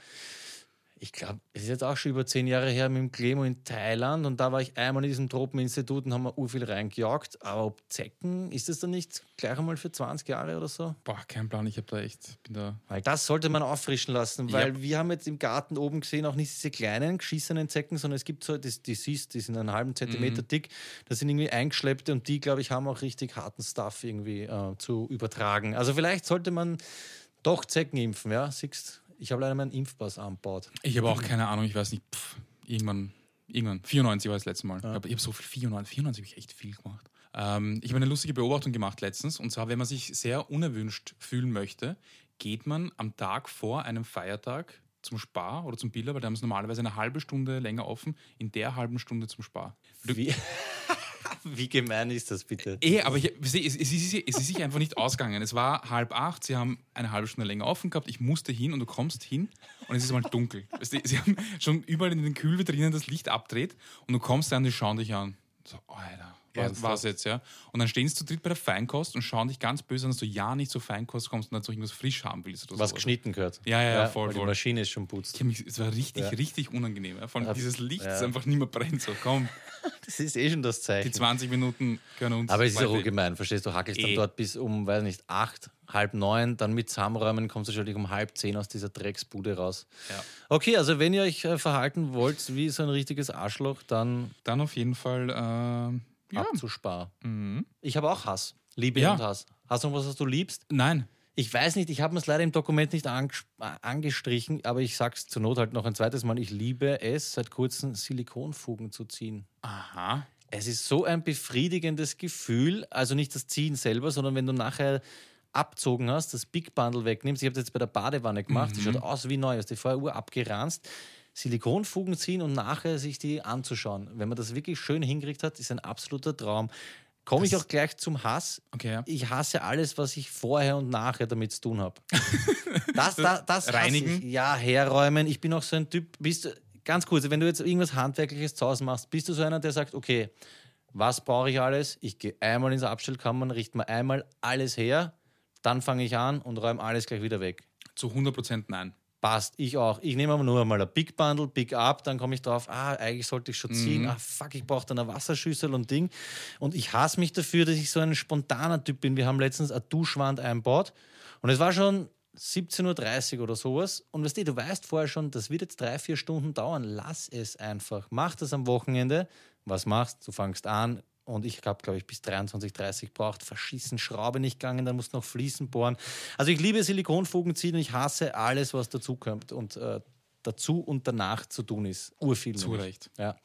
Speaker 2: ich glaube, es ist jetzt auch schon über zehn Jahre her mit dem Clemo in Thailand und da war ich einmal in diesem Tropeninstitut und haben wir urviel reingejagt. Aber ob Zecken, ist das dann nicht gleich einmal für 20 Jahre oder so?
Speaker 3: Boah, kein Plan, ich habe da echt, bin da.
Speaker 2: Weil das sollte man auffrischen lassen, weil
Speaker 3: Ja.
Speaker 2: wir haben jetzt im Garten oben gesehen, auch nicht diese kleinen geschissenen Zecken, sondern es gibt so, die, die siehst, die sind einen halben
Speaker 3: Mhm.
Speaker 2: Zentimeter dick, das sind irgendwie eingeschleppte und die, glaube ich, haben auch richtig harten Stuff irgendwie äh, zu übertragen. Also vielleicht sollte man doch Zecken impfen, ja, siehst ich habe leider meinen Impfpass angebaut.
Speaker 3: Ich habe auch keine Ahnung, ich weiß nicht, pff, irgendwann, irgendwann, 94 war das letzte Mal. Ich habe ich hab so viel, 94, 94 habe ich echt viel gemacht. Ähm, ich habe eine lustige Beobachtung gemacht letztens, und zwar, wenn man sich sehr unerwünscht fühlen möchte, geht man am Tag vor einem Feiertag zum Spar oder zum Billa, weil da haben sie normalerweise eine halbe Stunde länger offen, in der halben Stunde zum Spar. Du-
Speaker 2: Wie, wie gemein ist das bitte?
Speaker 3: Eh, aber ich, es, es, es, ist, es ist sich einfach nicht ausgegangen. Es war halb acht, sie haben eine halbe Stunde länger offen gehabt, ich musste hin und du kommst hin und es ist mal dunkel. Weißt du, sie haben schon überall in den Kühlvitrinen das Licht abdreht und du kommst rein und die schauen dich an. So, Alter, was war's jetzt, ja? Und dann stehen sie zu dritt bei der Feinkost und schauen dich ganz böse an, dass du ja nicht zur Feinkost kommst und dann so irgendwas frisch haben willst. Oder
Speaker 2: Was
Speaker 3: sowas.
Speaker 2: geschnitten gehört.
Speaker 3: Ja, ja, ja, voll,
Speaker 2: weil Die
Speaker 3: voll.
Speaker 2: Maschine ist schon putzt.
Speaker 3: Ich hab mich- Es war richtig,
Speaker 2: Ja.
Speaker 3: richtig unangenehm. Ja? Vor allem
Speaker 2: Ja.
Speaker 3: dieses Licht,
Speaker 2: Ja.
Speaker 3: das einfach nicht mehr brennt. So, komm,
Speaker 2: Das ist eh schon das Zeichen.
Speaker 3: die 20 Minuten können uns.
Speaker 2: Aber es ist auch
Speaker 3: weiter-
Speaker 2: ungemein, verstehst du? Hackelst
Speaker 3: Eh.
Speaker 2: dann dort bis um, weiß nicht, acht, halb neun, dann mit Zusammenräumen kommst du schon um halb zehn aus dieser Drecksbude raus.
Speaker 3: Ja.
Speaker 2: Okay, also wenn ihr euch äh, verhalten wollt wie so ein richtiges Arschloch, dann
Speaker 3: Dann auf jeden Fall. ähm, ja,
Speaker 2: abzuspar. Ich habe auch Hass. Liebe
Speaker 3: Mhm. Ja.
Speaker 2: und Hass. Hast du noch was, was du liebst?
Speaker 3: Nein.
Speaker 2: Ich weiß nicht, ich habe es leider im Dokument nicht anges- äh, angestrichen, aber ich sag's zur Not halt noch ein zweites Mal. Ich liebe es, seit kurzem Silikonfugen zu ziehen.
Speaker 3: Aha.
Speaker 2: Es ist so ein befriedigendes Gefühl, also nicht das Ziehen selber, sondern wenn du nachher abzogen hast, das Big Bundle wegnimmst. Ich habe das jetzt bei der Badewanne gemacht, die schaut aus wie neu, ist die vorher Uhr abgeranzt. Silikonfugen ziehen und nachher sich die anzuschauen. Wenn man das wirklich schön hingekriegt hat, ist ein absoluter Traum. Komme ich auch gleich zum Hass.
Speaker 3: Okay, ja.
Speaker 2: Ich hasse alles, was ich vorher und nachher damit zu tun habe. Das, das, das hasse
Speaker 3: Reinigen?
Speaker 2: Ich. Ja, herräumen. Ich bin auch so ein Typ. Bist du, ganz kurz, wenn du jetzt irgendwas Handwerkliches zu Hause machst, bist du so einer, der sagt, okay, was brauche ich alles? Ich gehe einmal ins Abstellkammern, richte mir einmal alles her, dann fange ich an und räume alles gleich wieder weg.
Speaker 3: Zu 100% nein.
Speaker 2: Passt, ich auch. Ich nehme aber nur einmal ein Big Bundle, Big Up, dann komme ich drauf, ah, eigentlich sollte ich schon ziehen, ah, fuck, ich brauche dann eine Wasserschüssel und Ding. Und ich hasse mich dafür, dass ich so ein spontaner Typ bin. Wir haben letztens eine Duschwand einbaut und es war schon 17.30 Uhr oder sowas. Und weißt du, du weißt vorher schon, das wird jetzt drei, vier Stunden dauern. Lass es einfach. Mach das am Wochenende. Was machst du? fangst an, und ich habe, glaube ich, bis 23, 30 braucht, verschissen, Schraube nicht gegangen, dann musst du noch Fliesen bohren. Also ich liebe Silikonfugen ziehen und ich hasse alles, was dazukommt und äh, dazu und danach zu tun ist. Urviel.
Speaker 3: Zu
Speaker 2: nämlich.
Speaker 3: Recht.
Speaker 2: Ja.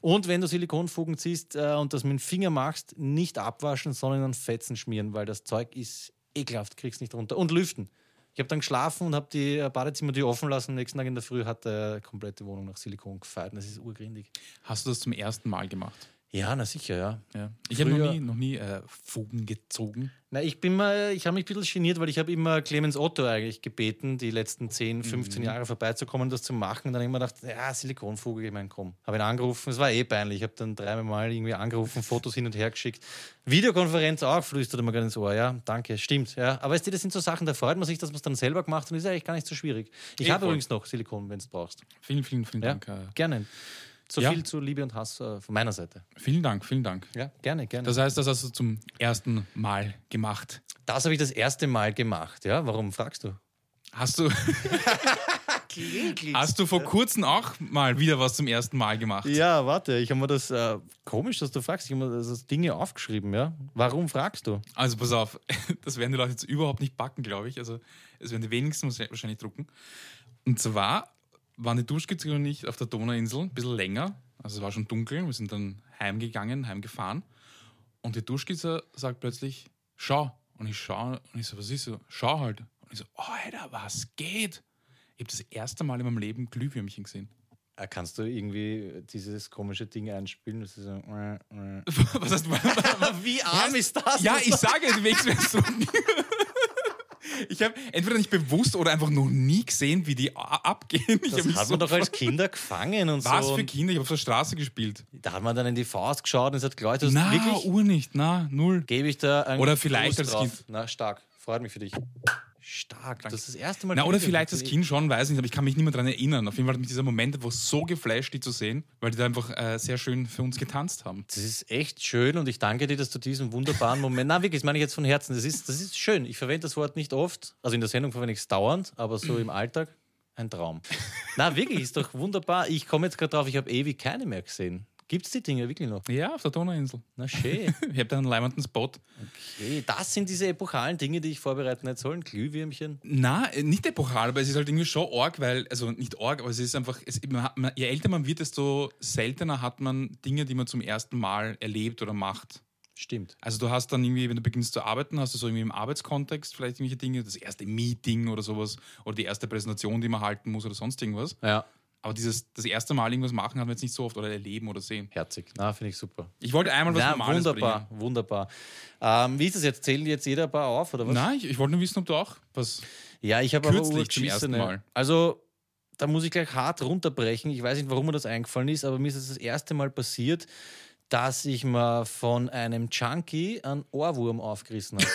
Speaker 2: Und wenn du Silikonfugen ziehst äh, und das mit dem Finger machst, nicht abwaschen, sondern an Fetzen schmieren, weil das Zeug ist ekelhaft, kriegst nicht runter. Und lüften. Ich habe dann geschlafen und habe die äh, Badezimmertür offen lassen. Am nächsten Tag in der Früh hat die komplette Wohnung nach Silikon gefeit. und Das ist urgrindig.
Speaker 3: Hast du das zum ersten Mal gemacht?
Speaker 2: Ja, na sicher, ja.
Speaker 3: Ja. Ich habe noch
Speaker 2: Früher-
Speaker 3: nie, noch nie äh, Fugen gezogen.
Speaker 2: Na, ich bin mal, ich habe mich ein bisschen geniert, weil ich habe immer Clemens Otto eigentlich gebeten, die letzten 10, 15
Speaker 3: Mhm.
Speaker 2: Jahre vorbeizukommen, um das zu machen. Und dann immer gedacht, ja, Silikonfuge, ich mein, komm. Habe ihn angerufen, es war eh peinlich. Ich habe dann dreimal mal irgendwie angerufen, Fotos hin und her geschickt. Videokonferenz auch, flüstert er mir gerade ins Ohr, ja, danke, stimmt. Ja. Aber weißt du, das sind so Sachen, da freut man sich, dass man es dann selber gemacht hat und ist eigentlich gar nicht so schwierig. Ich
Speaker 3: Eh,
Speaker 2: habe
Speaker 3: voll.
Speaker 2: übrigens noch Silikon, wenn du es brauchst.
Speaker 3: Vielen, vielen, vielen
Speaker 2: Ja,
Speaker 3: Dank. Äh,
Speaker 2: gerne. So
Speaker 3: Ja.
Speaker 2: viel zu Liebe und Hass äh, von meiner Seite.
Speaker 3: vielen Dank, vielen Dank.
Speaker 2: Ja, gerne, gerne.
Speaker 3: Das heißt, das hast du zum ersten Mal gemacht.
Speaker 2: das habe ich das erste Mal gemacht, ja. Warum fragst du?
Speaker 3: Hast du, hast du vor kurzem auch mal wieder was zum ersten Mal gemacht?
Speaker 2: Ja, warte, ich habe mir das äh, komisch, dass du fragst. Ich habe mir das, das Dinge aufgeschrieben, ja. Warum fragst du?
Speaker 3: Also pass auf, das werden die Leute jetzt überhaupt nicht backen, glaube ich. Also es werden die wenigsten wahrscheinlich- wahrscheinlich drucken. Und zwar waren die Duschkizze und ich auf der Donauinsel ein bisschen länger. Also es war schon dunkel, wir sind dann heimgegangen, heimgefahren. Und die Duschkizze sagt plötzlich, schau. Und ich schaue und ich so, was ist so? Schau halt. Und ich so, Alter, was geht? Ich habe das erste Mal in meinem Leben Glühwürmchen gesehen.
Speaker 2: Äh, Kannst du irgendwie dieses komische Ding einspielen? Das ist so, äh, äh.
Speaker 3: was heißt,
Speaker 2: Wie arm ist das?
Speaker 3: Ja, ich sage es wenigstens. Ich habe entweder nicht bewusst oder einfach noch nie gesehen, wie die a- abgehen. Ich hab
Speaker 2: Das
Speaker 3: mich
Speaker 2: hat
Speaker 3: so
Speaker 2: man doch als Kinder gefangen und
Speaker 3: was
Speaker 2: so.
Speaker 3: für
Speaker 2: Und
Speaker 3: Kinder? Ich habe auf der Straße gespielt.
Speaker 2: da hat man dann in die Faust geschaut und gesagt, Leute, das
Speaker 3: Na,
Speaker 2: Also wirklich
Speaker 3: Uhr nicht. Na, null.
Speaker 2: gebe ich da einen
Speaker 3: Oder vielleicht
Speaker 2: Gruß
Speaker 3: als
Speaker 2: drauf.
Speaker 3: Kind.
Speaker 2: Na, stark. Freut mich für dich. Stark. Das ist das erste Mal.
Speaker 3: Na, oder
Speaker 2: Glück,
Speaker 3: vielleicht
Speaker 2: dass
Speaker 3: das
Speaker 2: ich-
Speaker 3: Kind schon, weiß nicht, aber ich kann mich nicht mehr daran erinnern. Auf jeden Fall hat mich dieser Moment war so geflasht, die zu sehen, weil die da einfach äh, sehr schön für uns getanzt haben.
Speaker 2: Das ist echt schön und ich danke dir, dass du diesen wunderbaren Moment. Na, wirklich, das meine ich jetzt von Herzen. Das ist, das ist schön. Ich verwende das Wort nicht oft. Also in der Sendung verwende ich es dauernd, aber so im Alltag ein Traum. Na, wirklich, ist doch wunderbar. Ich komme jetzt gerade drauf, ich habe ewig keine mehr gesehen. Gibt es die Dinge wirklich noch?
Speaker 3: Ja, auf der Donauinsel.
Speaker 2: Na, schön.
Speaker 3: Ich habe da einen leimenden Spot.
Speaker 2: Okay, das sind diese epochalen Dinge, die ich vorbereiten hätte sollen. Glühwürmchen.
Speaker 3: Na, äh, nicht epochal, aber es ist halt irgendwie schon arg, weil, also nicht arg, aber es ist einfach, es, man hat, man, je älter man wird, desto seltener hat man Dinge, die man zum ersten Mal erlebt oder macht.
Speaker 2: Stimmt.
Speaker 3: Also du hast dann irgendwie, wenn du beginnst zu arbeiten, hast du so irgendwie im Arbeitskontext vielleicht irgendwelche Dinge, das erste Meeting oder sowas oder die erste Präsentation, die man halten muss oder sonst irgendwas.
Speaker 2: Ja,
Speaker 3: Aber dieses, das erste Mal irgendwas machen hat man jetzt nicht so oft oder erleben oder sehen.
Speaker 2: herzig. Na, finde ich super.
Speaker 3: Ich wollte einmal was
Speaker 2: Na,
Speaker 3: Normales
Speaker 2: wunderbar,
Speaker 3: bringen.
Speaker 2: wunderbar. Ähm, wie ist das jetzt? Zählen jetzt jeder ein paar auf oder was?
Speaker 3: Nein, ich, ich wollte nur wissen, ob du auch was...
Speaker 2: Ja, ich habe aber
Speaker 3: Kürzlich zum ersten
Speaker 2: urgeschissene-
Speaker 3: Mal.
Speaker 2: Also, da muss ich gleich hart runterbrechen. Ich weiß nicht, warum mir das eingefallen ist, aber mir ist es das, das erste Mal passiert, dass ich mal von einem Junkie einen Ohrwurm aufgerissen habe.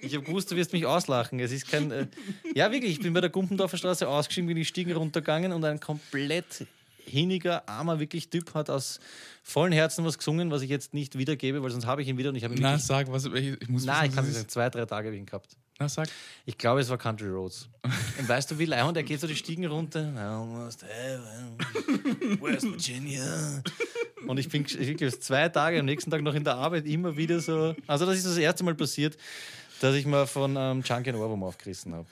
Speaker 2: Ich habe gewusst, du wirst mich auslachen. Es ist kein. Äh, ja, wirklich, ich bin bei der Gumpendorfer Straße ausgeschieden, bin die Stiegen runtergegangen und ein komplett hinniger, armer, wirklich Typ hat aus vollem Herzen was gesungen, was ich jetzt nicht wiedergebe, weil sonst habe ich ihn wieder und ich habe ihn
Speaker 3: Na,
Speaker 2: wirklich.
Speaker 3: sag, was... Ich, ich muss
Speaker 2: Nein, ich kann es
Speaker 3: was es
Speaker 2: nicht.
Speaker 3: ist.
Speaker 2: Zwei, drei Tage wegen gehabt.
Speaker 3: Na, sag.
Speaker 2: Ich glaube, es war Country Roads. Und weißt du, wie Leihund, er geht so die Stiegen runter. Almost heaven, West Virginia. Und ich bin gesch- wirklich zwei Tage am nächsten Tag noch in der Arbeit immer wieder so. Also, das ist das erste Mal passiert, dass ich mal von ähm, Junkie einen Ohrwurm aufgerissen habe.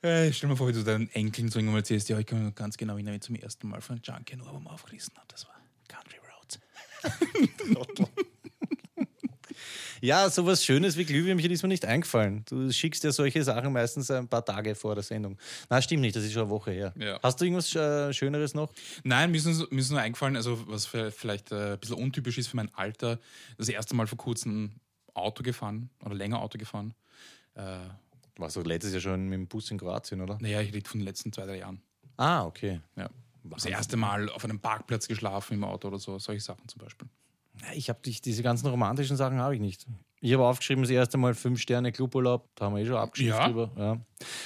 Speaker 3: Äh, stell dir mal vor, wie du deinen Enkeln so irgendwann erzählst, ja, ich kann mich noch ganz genau erinnern, wie ich zum ersten Mal von Junkie einen Ohrwurm aufgerissen habe. Das war Country Roads.
Speaker 2: Ja, sowas Schönes wie Glühwürmchen ist mir nicht eingefallen. Du schickst ja solche Sachen meistens ein paar Tage vor der Sendung. Na, stimmt nicht, das ist schon eine Woche her.
Speaker 3: Ja.
Speaker 2: Hast du irgendwas äh, Schöneres noch?
Speaker 3: Nein, mir ist, nur so- mir ist nur eingefallen, also was für- vielleicht äh, ein bisschen untypisch ist für mein Alter, das erste Mal vor kurzem Auto gefahren oder länger Auto gefahren. Äh,
Speaker 2: Warst du letztes Jahr schon mit dem Bus in Kroatien, oder?
Speaker 3: naja, ich rede von den letzten zwei, drei Jahren.
Speaker 2: Ah, okay.
Speaker 3: Ja. Das erste Mal auf einem Parkplatz geschlafen im Auto oder so, solche Sachen zum Beispiel.
Speaker 2: Ja, Ich habe diese ganzen romantischen Sachen habe ich nicht. Ich habe aufgeschrieben, das erste Mal fünf Sterne Cluburlaub, da haben wir eh schon abgeschrieben
Speaker 3: Ja.
Speaker 2: drüber. Ja.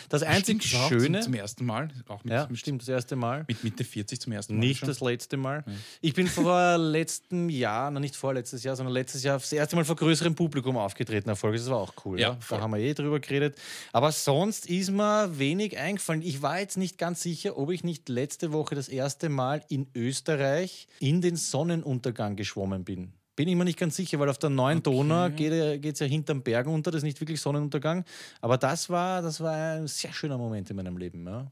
Speaker 2: Das
Speaker 3: Stimmt,
Speaker 2: einzig
Speaker 3: das war auch
Speaker 2: Schöne,
Speaker 3: Zum, zum ersten Mal, auch mit,
Speaker 2: ja,
Speaker 3: mit,
Speaker 2: stimmt, das erste Mal.
Speaker 3: mit Mitte 40 zum ersten Mal.
Speaker 2: Nicht
Speaker 3: schon.
Speaker 2: das letzte Mal. Ich bin vor letztem Jahr, na nicht vorletztes Jahr, sondern letztes Jahr das erste Mal vor größerem Publikum aufgetreten. Erfolg, das war auch cool.
Speaker 3: Ja, voll.
Speaker 2: da haben wir eh drüber geredet. Aber sonst ist mir wenig eingefallen. Ich war jetzt nicht ganz sicher, ob ich nicht letzte Woche das erste Mal in Österreich in den Sonnenuntergang geschwommen bin. Bin ich mir nicht ganz sicher, weil auf der neuen Donau geht es ja hinterm Bergen unter, das ist nicht wirklich Sonnenuntergang. Aber das war, das war ein sehr schöner Moment in meinem Leben. Ja.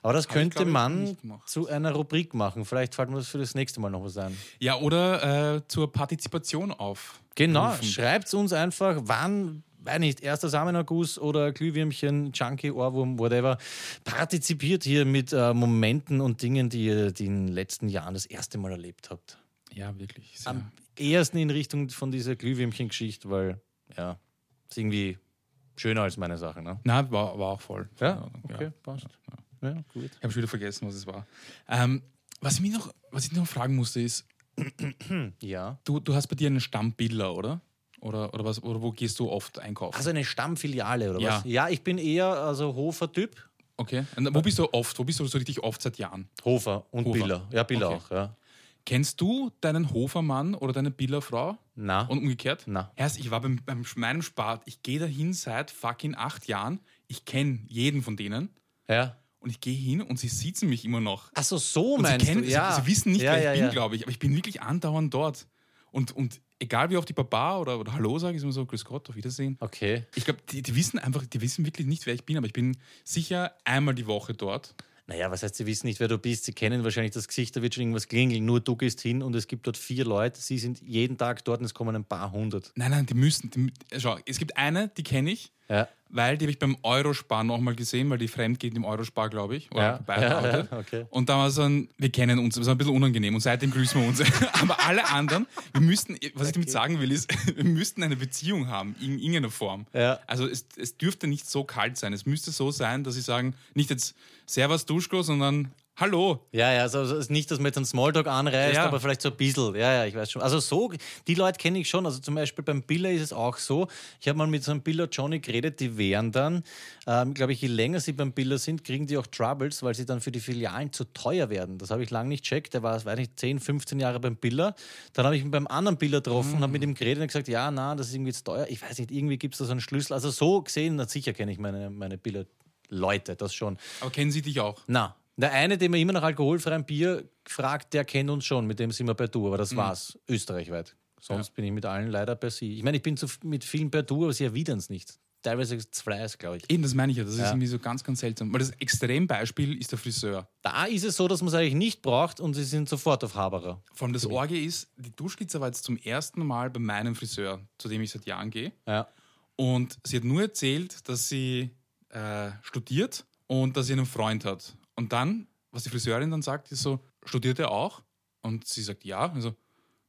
Speaker 2: Aber das
Speaker 3: ich,
Speaker 2: könnte
Speaker 3: glaube ich,
Speaker 2: man
Speaker 3: nicht gemacht.
Speaker 2: zu einer Rubrik machen. Vielleicht fällt mir das für das nächste Mal noch was ein.
Speaker 3: Ja, oder äh, zur Partizipation auf.
Speaker 2: Genau, schreibt uns einfach, wann, weiß nicht, erster Samenerguss oder Glühwürmchen, Junkie, Ohrwurm, whatever. Partizipiert hier mit äh, Momenten und Dingen, die ihr die in den letzten Jahren das erste Mal erlebt habt.
Speaker 3: Ja, wirklich. Sehr.
Speaker 2: Am ehesten in Richtung von dieser Glühwürmchen-Geschichte, weil, ja, ist irgendwie schöner als meine Sache, ne?
Speaker 3: Na, war, war auch voll. Ja.
Speaker 2: passt. Ja, gut.
Speaker 3: Ich habe schon wieder vergessen, was es war. Ähm, was, ich mich noch, was ich noch fragen musste, ist,
Speaker 2: Ja.
Speaker 3: du, du hast bei dir einen Stammbiller, oder? Oder, oder, was, oder wo gehst du oft einkaufen?
Speaker 2: Also eine Stammfiliale oder
Speaker 3: Ja.
Speaker 2: was? Ja, ich bin eher also Hofer-Typ.
Speaker 3: okay. Und wo bist du oft? Wo bist du so richtig oft seit Jahren?
Speaker 2: Hofer und
Speaker 3: Hofer.
Speaker 2: Biller. Ja, Biller
Speaker 3: Okay.
Speaker 2: auch, ja.
Speaker 3: Kennst du deinen Hofermann oder deine Billerfrau?
Speaker 2: Na.
Speaker 3: Und umgekehrt?
Speaker 2: Na.
Speaker 3: Erst, ich war beim, beim meinem Spart. Ich gehe dahin seit fucking acht Jahren. Ich kenne jeden von denen.
Speaker 2: ja.
Speaker 3: Und ich gehe hin und sie sitzen mich immer noch.
Speaker 2: Achso, so
Speaker 3: Und sie,
Speaker 2: meinst
Speaker 3: kennen,
Speaker 2: du? Ja.
Speaker 3: sie, sie wissen nicht,
Speaker 2: ja,
Speaker 3: wer ich
Speaker 2: ja,
Speaker 3: bin,
Speaker 2: ja.
Speaker 3: glaube ich. Aber ich bin wirklich andauernd dort. Und, und egal wie oft die Papa oder, oder Hallo sage, ist immer so, Grüß Gott, auf Wiedersehen.
Speaker 2: Okay.
Speaker 3: Ich glaube, die, die wissen einfach, die wissen wirklich nicht, wer ich bin, aber ich bin sicher einmal die Woche dort.
Speaker 2: Naja, was heißt, sie wissen nicht, wer du bist? Sie kennen wahrscheinlich das Gesicht, da wird schon irgendwas klingeln. Nur du gehst hin und es gibt dort vier Leute. Sie sind jeden Tag dort und es kommen ein paar hundert.
Speaker 3: Nein, nein, die müssen. Die, mü- schau, es gibt eine, die kenne ich.
Speaker 2: Ja.
Speaker 3: Weil die habe ich beim Eurospar nochmal gesehen, weil die fremd geht im Eurospar, glaube ich. Oder
Speaker 2: Ja.
Speaker 3: beide
Speaker 2: Ja,
Speaker 3: Orte.
Speaker 2: ja, okay.
Speaker 3: Und da war so ein, wir kennen uns, das war ein bisschen unangenehm und seitdem grüßen wir uns. Aber alle anderen, wir müssten, was ich damit sagen will, ist, wir müssten eine Beziehung haben, in irgendeiner Form.
Speaker 2: Ja.
Speaker 3: Also es, es dürfte nicht so kalt sein. Es müsste so sein, dass sie sagen, nicht jetzt Servus Duschko, sondern Hallo.
Speaker 2: Ja, ja, also also es ist nicht, dass man jetzt einen Smalltalk anreißt,
Speaker 3: Ja.
Speaker 2: aber vielleicht so ein bisschen. Ja, ja, ich weiß schon. Also so, die Leute kenne ich schon. Also zum Beispiel beim Biller ist es auch so. Ich habe mal mit so einem Biller Johnny geredet, die wären dann, ähm, glaube ich, je länger sie beim Biller sind, kriegen die auch Troubles, weil sie dann für die Filialen zu teuer werden. Das habe ich lange nicht checkt. Der war, weiß nicht, 10, 15 Jahre beim Biller. Dann habe ich ihn beim anderen Biller getroffen und habe mit ihm geredet und gesagt, ja, na, das ist irgendwie zu teuer. Ich weiß nicht, irgendwie gibt es da so einen Schlüssel. Also so gesehen, na, sicher kenne ich meine, meine Biller Leute, das schon.
Speaker 3: Aber kennen sie dich auch?
Speaker 2: Na, der eine, den man immer nach alkoholfreiem Bier fragt, der kennt uns schon, mit dem sind wir per Du, aber
Speaker 3: Mhm.
Speaker 2: das war's, österreichweit. Sonst bin ich mit allen leider per Sie. Ich meine, ich bin zu, mit vielen per Du, aber sie erwidern es nicht. Teilweise zwei, glaube ich.
Speaker 3: Eben, das meine ich ja. Das ist
Speaker 2: Ja.
Speaker 3: irgendwie so ganz, ganz seltsam. Weil das Extrembeispiel ist der Friseur.
Speaker 2: Da ist es so, dass man es eigentlich nicht braucht und sie sind sofort auf Haberer.
Speaker 3: Vor allem das Orge ist, die Duschkizze war jetzt zum ersten Mal bei meinem Friseur, zu dem ich seit Jahren gehe.
Speaker 2: Ja.
Speaker 3: Und sie hat nur erzählt, dass sie äh, studiert und dass sie einen Freund hat. Und dann, was die Friseurin dann sagt, ist so, studiert er auch? Und sie sagt ja. Also,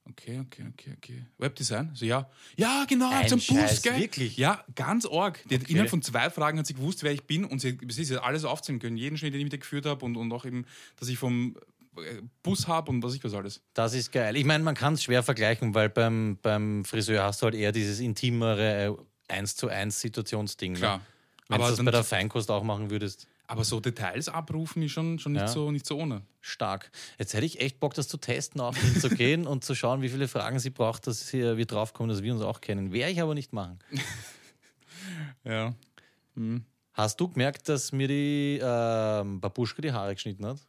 Speaker 3: okay, okay, okay, okay. Webdesign? So, ja. Ja, genau,
Speaker 2: Ein
Speaker 3: zum Bus,
Speaker 2: Scheiß,
Speaker 3: gell?
Speaker 2: wirklich?
Speaker 3: Ja, ganz arg. Die hat innerhalb von zwei Fragen hat sie gewusst, wer ich bin und sie, sie sie hat alles aufzählen können. Jeden Schnitt, den ich mit ihr geführt habe und, und auch eben, dass ich vom äh, Bus habe und was ich was alles.
Speaker 2: Das ist geil. Ich meine, man kann es schwer vergleichen, weil beim, beim Friseur hast du halt eher dieses intimere 1 zu 1 Situationsding.
Speaker 3: Klar.
Speaker 2: Ne? Wenn du
Speaker 3: Aber
Speaker 2: das
Speaker 3: dann-
Speaker 2: bei der Feinkost auch machen würdest.
Speaker 3: Aber so Details abrufen ist schon, schon nicht,
Speaker 2: Ja.
Speaker 3: so, nicht so ohne.
Speaker 2: Stark. Jetzt hätte ich echt Bock, das zu testen, auf ihn zu gehen und zu schauen, wie viele Fragen sie braucht, dass hier wir draufkommen, dass wir uns auch kennen. Werde ich aber nicht machen.
Speaker 3: Ja.
Speaker 2: Hast du gemerkt, dass mir die ähm, Babuschka die Haare geschnitten hat?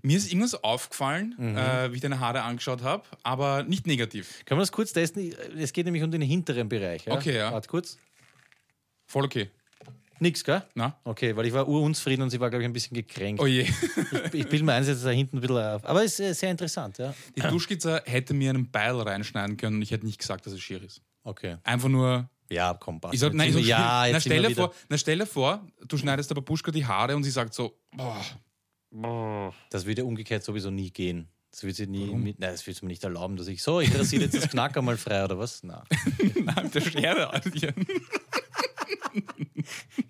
Speaker 3: Mir ist irgendwas aufgefallen,
Speaker 2: Mhm.
Speaker 3: äh, wie ich deine Haare angeschaut habe, aber nicht negativ.
Speaker 2: Können wir das kurz testen? Es geht nämlich um den hinteren Bereich. Ja?
Speaker 3: Okay, ja.
Speaker 2: Warte kurz.
Speaker 3: Voll okay.
Speaker 2: Nix, gell?
Speaker 3: Na?
Speaker 2: Okay, weil ich war urunzufrieden und sie war, glaube ich, ein bisschen gekränkt.
Speaker 3: Oh je.
Speaker 2: Ich bilde mir ein, dass da hinten ein bisschen auf. Aber es ist äh, sehr interessant, ja.
Speaker 3: Die Duschkizze hätte mir einen Beil reinschneiden können und ich hätte nicht gesagt, dass es schier ist.
Speaker 2: Okay.
Speaker 3: Einfach nur.
Speaker 2: Ja, komm, passt.
Speaker 3: Ich sag,
Speaker 2: Jetzt
Speaker 3: nein, ich
Speaker 2: sind
Speaker 3: sag,
Speaker 2: wir- ja,
Speaker 3: na,
Speaker 2: jetzt sind
Speaker 3: stell
Speaker 2: wir
Speaker 3: dir
Speaker 2: wieder.
Speaker 3: vor, na, stell dir vor, du schneidest der Babuschka die Haare und sie sagt so, boah,
Speaker 2: Das würde umgekehrt sowieso nie gehen. Das würde sie nie mit. Nein, das würde sie mir nicht erlauben, dass ich so, ich rasiere jetzt das Knacker mal frei oder was? Na.
Speaker 3: na, mit der Schere. Alter.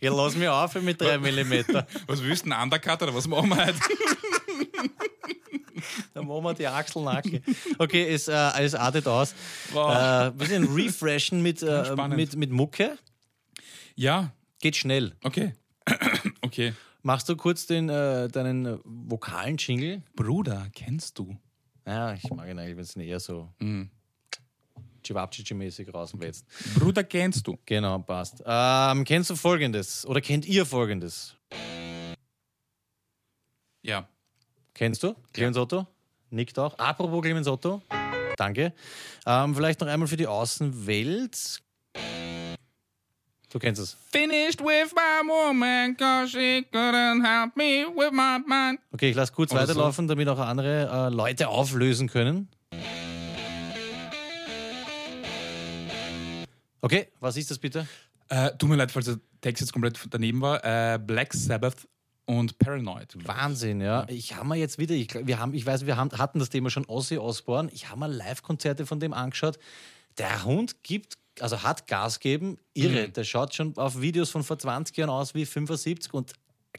Speaker 2: Ja, lass mich auf mit 3 mm.
Speaker 3: was willst du, ein Undercut oder was machen wir heute?
Speaker 2: Dann machen wir die Achseln nacke. Okay, es, äh, es artet aus. Äh,
Speaker 3: Boah.
Speaker 2: ein bisschen refreshen mit, äh,
Speaker 3: Spannend.
Speaker 2: mit, mit Mucke.
Speaker 3: Ja,
Speaker 2: Geht schnell.
Speaker 3: okay. okay.
Speaker 2: Machst du kurz den, äh, deinen äh, vokalen Jingle?
Speaker 3: Bruder, kennst du?
Speaker 2: Ja, ich mag ihn eigentlich, wenn es eher so Chivapchichi-mäßig rauswälzt.
Speaker 3: Bruder, kennst du?
Speaker 2: Genau, passt. Ähm, kennst du folgendes? Oder kennt ihr folgendes?
Speaker 3: Ja.
Speaker 2: Kennst du? Clemens Otto? Nickt auch. Apropos Clemens Otto. Danke. Ähm, vielleicht noch einmal für die Außenwelt. Du kennst es.
Speaker 3: Finished with my woman, cause she couldn't help me with my mind.
Speaker 2: Okay, ich lasse kurz
Speaker 3: Oder so.
Speaker 2: weiterlaufen, damit auch andere äh, Leute auflösen können. Okay, was ist das bitte?
Speaker 3: Äh, tut mir leid, falls der Text jetzt komplett daneben war. Äh, Black Sabbath und Paranoid.
Speaker 2: Wahnsinn, ja. Ich habe mir jetzt wieder, ich, glaub, wir haben, ich weiß, wir haben, hatten das Thema schon Ossi Osborn. Ich habe mir Live-Konzerte von dem angeschaut. Der Hund gibt, also hat Gas geben,
Speaker 3: Mhm.
Speaker 2: irre. Der schaut schon auf Videos von vor 20 Jahren aus wie 75 und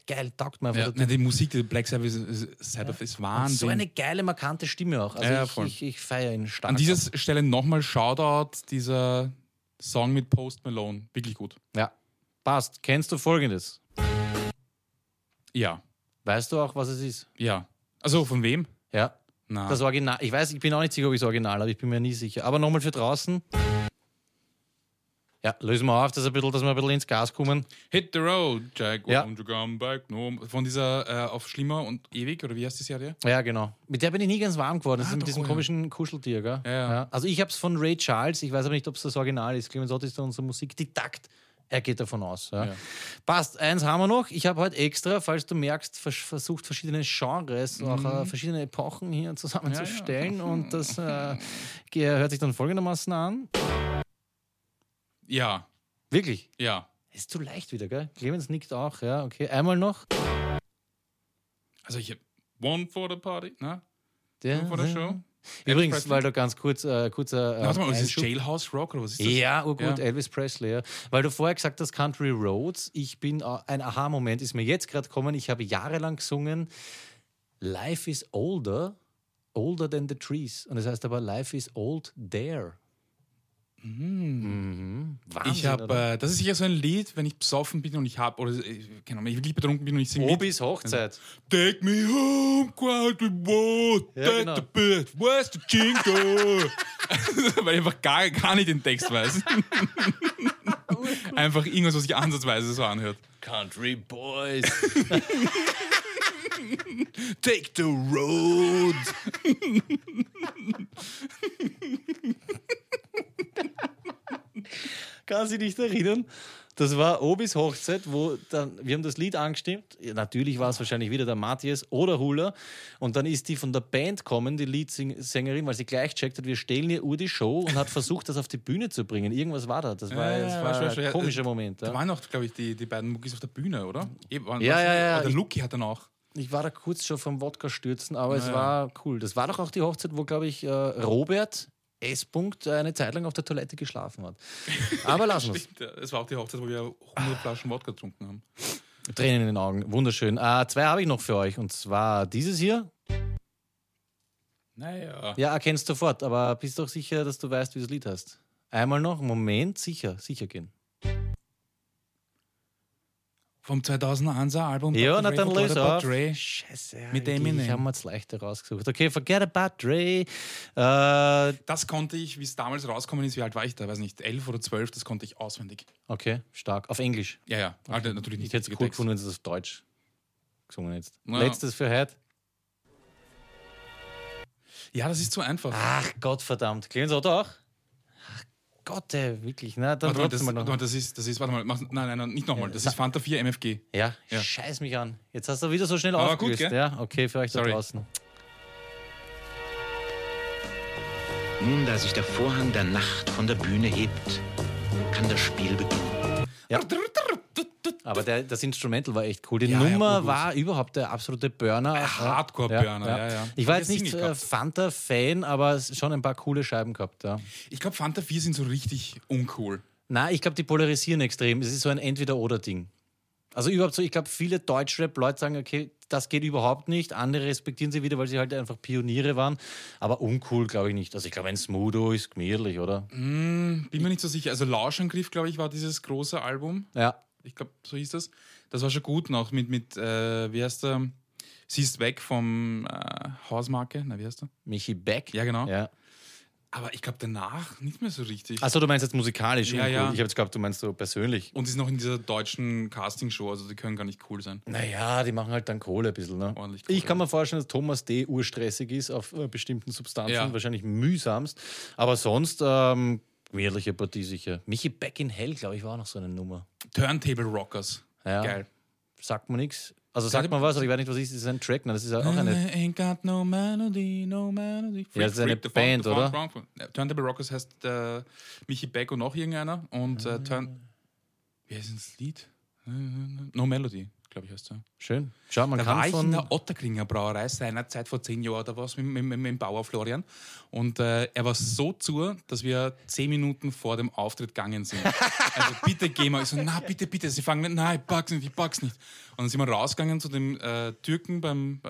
Speaker 2: geil, taugt mir einfach.
Speaker 3: Ja,
Speaker 2: der
Speaker 3: nein,
Speaker 2: Typ.
Speaker 3: die Musik, die Black Sabbath ist, Sabbath ist Wahnsinn.
Speaker 2: so eine geile, markante Stimme auch. Also
Speaker 3: Ja,
Speaker 2: ich,
Speaker 3: voll.
Speaker 2: ich, ich feiere ihn stark.
Speaker 3: An dieser Stelle nochmal Shoutout, dieser Song mit Post Malone. Wirklich gut.
Speaker 2: ja, passt. Kennst du folgendes?
Speaker 3: Ja,
Speaker 2: Weißt du auch, was es ist?
Speaker 3: ja. Also von wem?
Speaker 2: Ja.
Speaker 3: Na.
Speaker 2: Das Original. Ich weiß, ich bin auch nicht sicher, ob ich es original habe. Ich bin mir nie sicher. Aber nochmal für draußen. Ja, lösen wir auf, dass, ein bisschen, dass wir ein bisschen ins Gas kommen.
Speaker 3: Hit the road, Jack,
Speaker 2: Ja.
Speaker 3: won't you come back? No. Von dieser äh, auf Schlimmer und Ewig, oder wie heißt die Serie?
Speaker 2: Ja, genau. Mit der bin ich nie ganz warm geworden. Das
Speaker 3: Ah,
Speaker 2: ist mit
Speaker 3: doch,
Speaker 2: diesem
Speaker 3: ja.
Speaker 2: komischen Kuscheltier, gell?
Speaker 3: Ja, ja.
Speaker 2: Also ich habe es von Ray Charles. Ich weiß aber nicht, ob es das Original ist. Clemens Ott ist da unser Musikdidakt. Er geht davon aus. Ja.
Speaker 3: Ja.
Speaker 2: Passt, eins haben wir noch. Ich habe heute extra, falls du merkst, versch- versucht, verschiedene Genres,
Speaker 3: Mhm.
Speaker 2: auch äh, verschiedene Epochen hier zusammenzustellen. Und das äh, ge- hört sich dann folgendermaßen an.
Speaker 3: Ja,
Speaker 2: Wirklich,
Speaker 3: ja.
Speaker 2: Es Ist zu leicht wieder, gell? Clemens nickt auch, ja, okay. Einmal noch.
Speaker 3: Also ich hab One for the Party, ne?
Speaker 2: Der- Hm.
Speaker 3: One for the Show. Elvis
Speaker 2: Übrigens,
Speaker 3: Presley.
Speaker 2: weil du ganz kurz, äh, kurzer. Äh,
Speaker 3: Na, Warte mal, ist das
Speaker 2: Einschub-
Speaker 3: Jailhouse Rock oder was ist das?
Speaker 2: Ja, urgut,
Speaker 3: Ja.
Speaker 2: Elvis Presley, ja. Weil du vorher gesagt hast, Country Roads, ich bin, äh, ein Aha-Moment ist mir jetzt gerade gekommen, ich habe jahrelang gesungen, Life is older, older than the trees. Und das heißt aber, Life is old there. Mhm. Wahnsinn,
Speaker 3: Ich habe,
Speaker 2: oder?
Speaker 3: äh, das ist sicher so ein Lied, wenn ich besoffen bin und ich habe, oder äh, keine Ahnung, wenn ich lieb betrunken bin und ich singe.
Speaker 2: Obis Hochzeit.
Speaker 3: Take me home, country road,
Speaker 2: Ja,
Speaker 3: take
Speaker 2: genau.
Speaker 3: the bit, where's the jingle? Weil ich einfach gar, gar nicht den Text weiß. einfach irgendwas, was sich ansatzweise so anhört.
Speaker 2: Country Boys.
Speaker 3: Take the road.
Speaker 2: kann sich nicht erinnern. Das war Obis Hochzeit, wo dann, wir haben das Lied angestimmt. Ja, natürlich war es wahrscheinlich wieder der Matthias oder Hula. Und dann ist die von der Band kommen, die Leadsängerin, weil sie gleich checkt hat, wir stehlen ihr Uhr die Show und hat versucht, das auf die Bühne zu bringen. Irgendwas war da. Das war,
Speaker 3: Ja,
Speaker 2: das
Speaker 3: ja,
Speaker 2: war
Speaker 3: schon, schon,
Speaker 2: ein
Speaker 3: ja.
Speaker 2: komischer Moment.
Speaker 3: Da
Speaker 2: Ja.
Speaker 3: waren auch, glaube ich, die, die beiden Muckis auf der Bühne, oder? Eben, waren-
Speaker 2: Ja,
Speaker 3: waren-
Speaker 2: ja, ja,
Speaker 3: aber Der
Speaker 2: ich-
Speaker 3: Lucky hat dann auch.
Speaker 2: Ich war da kurz schon vom Wodka stürzen, aber es
Speaker 3: Ja, ja.
Speaker 2: war cool. Das war doch auch die Hochzeit, wo, glaube ich, äh, Robert S. Punkt eine Zeit lang auf der Toilette geschlafen hat. Aber lassen wir's.
Speaker 3: Stimmt, ja. Es war auch die Hochzeit, wo wir 100 Flaschen Wodka getrunken haben.
Speaker 2: Tränen in den Augen. Wunderschön. Äh, zwei habe ich noch für euch. Und zwar dieses hier.
Speaker 3: Naja.
Speaker 2: Ja, erkennst sofort, aber bist doch sicher, dass du weißt, wie das Lied heißt. Einmal noch, Moment, sicher, sicher gehen.
Speaker 3: Vom 2001er Album.
Speaker 2: Ja,
Speaker 3: Dr.
Speaker 2: na
Speaker 3: Dre
Speaker 2: dann
Speaker 3: von
Speaker 2: löse
Speaker 3: Dr.
Speaker 2: auf.
Speaker 3: Dre.
Speaker 2: Scheiße,
Speaker 3: Mit dem
Speaker 2: Ich
Speaker 3: Eminem.
Speaker 2: habe mir das leichter rausgesucht. Okay, forget about Dre. Äh,
Speaker 3: Das konnte ich, wie es damals rausgekommen ist, wie alt war ich da? Weiß nicht, elf oder zwölf, das konnte ich auswendig.
Speaker 2: okay, stark. Auf Englisch.
Speaker 3: Ja, ja. Alter, natürlich
Speaker 2: Ich
Speaker 3: nicht.
Speaker 2: hätte es
Speaker 3: richtige
Speaker 2: cool
Speaker 3: Text.
Speaker 2: gefunden, wenn sie es auf Deutsch gesungen hättest.
Speaker 3: Ja.
Speaker 2: Letztes für heute.
Speaker 3: Ja, das ist zu einfach.
Speaker 2: Ach Gott, verdammt. Clemens Otto auch? Ach Gott, ey, wirklich. Na, dann
Speaker 3: warte mal, das,
Speaker 2: trotzdem mal
Speaker 3: warte mal,
Speaker 2: noch.
Speaker 3: das ist, das ist, warte mal, mach, nein, nein, nein, nicht nochmal. Das ist Fanta 4 MFG.
Speaker 2: Ja,
Speaker 3: Ja.
Speaker 2: scheiß mich an. Jetzt hast du wieder so schnell
Speaker 3: Aber gut,
Speaker 2: aufgelöst.
Speaker 3: gell?
Speaker 2: ja, okay, für euch
Speaker 3: Sorry.
Speaker 2: da draußen.
Speaker 5: Nun, da sich der Vorhang der Nacht von der Bühne hebt, kann das Spiel beginnen.
Speaker 2: Aber der, das Instrumental war echt cool. Die
Speaker 3: Ja, ja,
Speaker 2: Nummer
Speaker 3: urgut.
Speaker 2: war überhaupt der absolute Burner.
Speaker 3: Hardcore-Burner, ja, ja.
Speaker 2: Ich war
Speaker 3: Hat
Speaker 2: jetzt
Speaker 3: der Single
Speaker 2: nicht äh,
Speaker 3: gehabt.
Speaker 2: Fanta-Fan, aber s- schon ein paar coole Scheiben gehabt. Ja.
Speaker 3: Ich glaube, Fanta 4 sind so richtig uncool.
Speaker 2: Na, ich glaube, die polarisieren extrem. Es ist so ein Entweder-Oder-Ding. Also überhaupt so, ich glaube, viele Deutschrap-Leute sagen, okay, das geht überhaupt nicht. Andere respektieren sie wieder, weil sie halt einfach Pioniere waren. Aber uncool, glaube ich nicht. Also ich glaube, ein Smudo ist gemütlich, oder?
Speaker 3: Mhm. Bin mir nicht so sicher. Also Lauschangriff, glaube ich, war dieses große Album.
Speaker 2: Ja.
Speaker 3: Ich glaube, so hieß das. Das war schon gut noch mit, mit äh, wie heißt der? Sie ist weg vom äh, Hausmarke. Na, wie heißt der?
Speaker 2: Michi Beck.
Speaker 3: Ja, genau.
Speaker 2: Ja. Also
Speaker 3: Aber ich glaube, danach nicht mehr so richtig.
Speaker 2: Achso, du meinst jetzt musikalisch.
Speaker 3: Ja,
Speaker 2: uncool.
Speaker 3: ja.
Speaker 2: Ich habe jetzt gehabt, du meinst so persönlich.
Speaker 3: Und ist noch in dieser deutschen Castingshow, also die können gar nicht cool sein.
Speaker 2: Naja, die machen halt dann Kohle ein bisschen. Ne?
Speaker 3: Ordentlich Kohle.
Speaker 2: Ich kann mir vorstellen, dass Thomas D. urstressig ist auf äh, bestimmten Substanzen,
Speaker 3: Ja.
Speaker 2: wahrscheinlich mühsamst. Aber sonst ähm, gemütliche Partie sicher. Michi Back in Hell, glaube ich, war auch noch so eine Nummer.
Speaker 3: Turntable Rockers.
Speaker 2: Ja.
Speaker 3: Geil.
Speaker 2: Sagt man nichts. Also sagt man was, aber ich weiß nicht, was ist. Das ist ein Track. Ne? Das ist auch eine.
Speaker 3: Ain't got no melody, no melody. Freak,
Speaker 2: das ist eine
Speaker 3: freak, the funk,
Speaker 2: Band,
Speaker 3: the funk,
Speaker 2: oder?
Speaker 3: funk, funk. Ja, Turntable Rockers heißt äh, Michi Beck und noch irgendeiner. Und
Speaker 2: Ah.
Speaker 3: äh, Turn. Wie heißt denn das Lied? No Melody, glaube ich, heißt der.
Speaker 2: Schön. Schau, man
Speaker 3: Da
Speaker 2: kann
Speaker 3: war ich in
Speaker 2: von.
Speaker 3: der Otterkringer Brauerei seinerzeit vor zehn Jahren oder was mit, mit, mit dem Bauer Florian. Und äh, er war so zu, dass wir zehn Minuten vor dem Auftritt gegangen sind. Also bitte geh mal. Ich so, na bitte, bitte. Sie fangen, an, nein, ich pack's nicht, ich pack's nicht. Und dann sind wir rausgegangen zu dem äh, Türken beim, äh,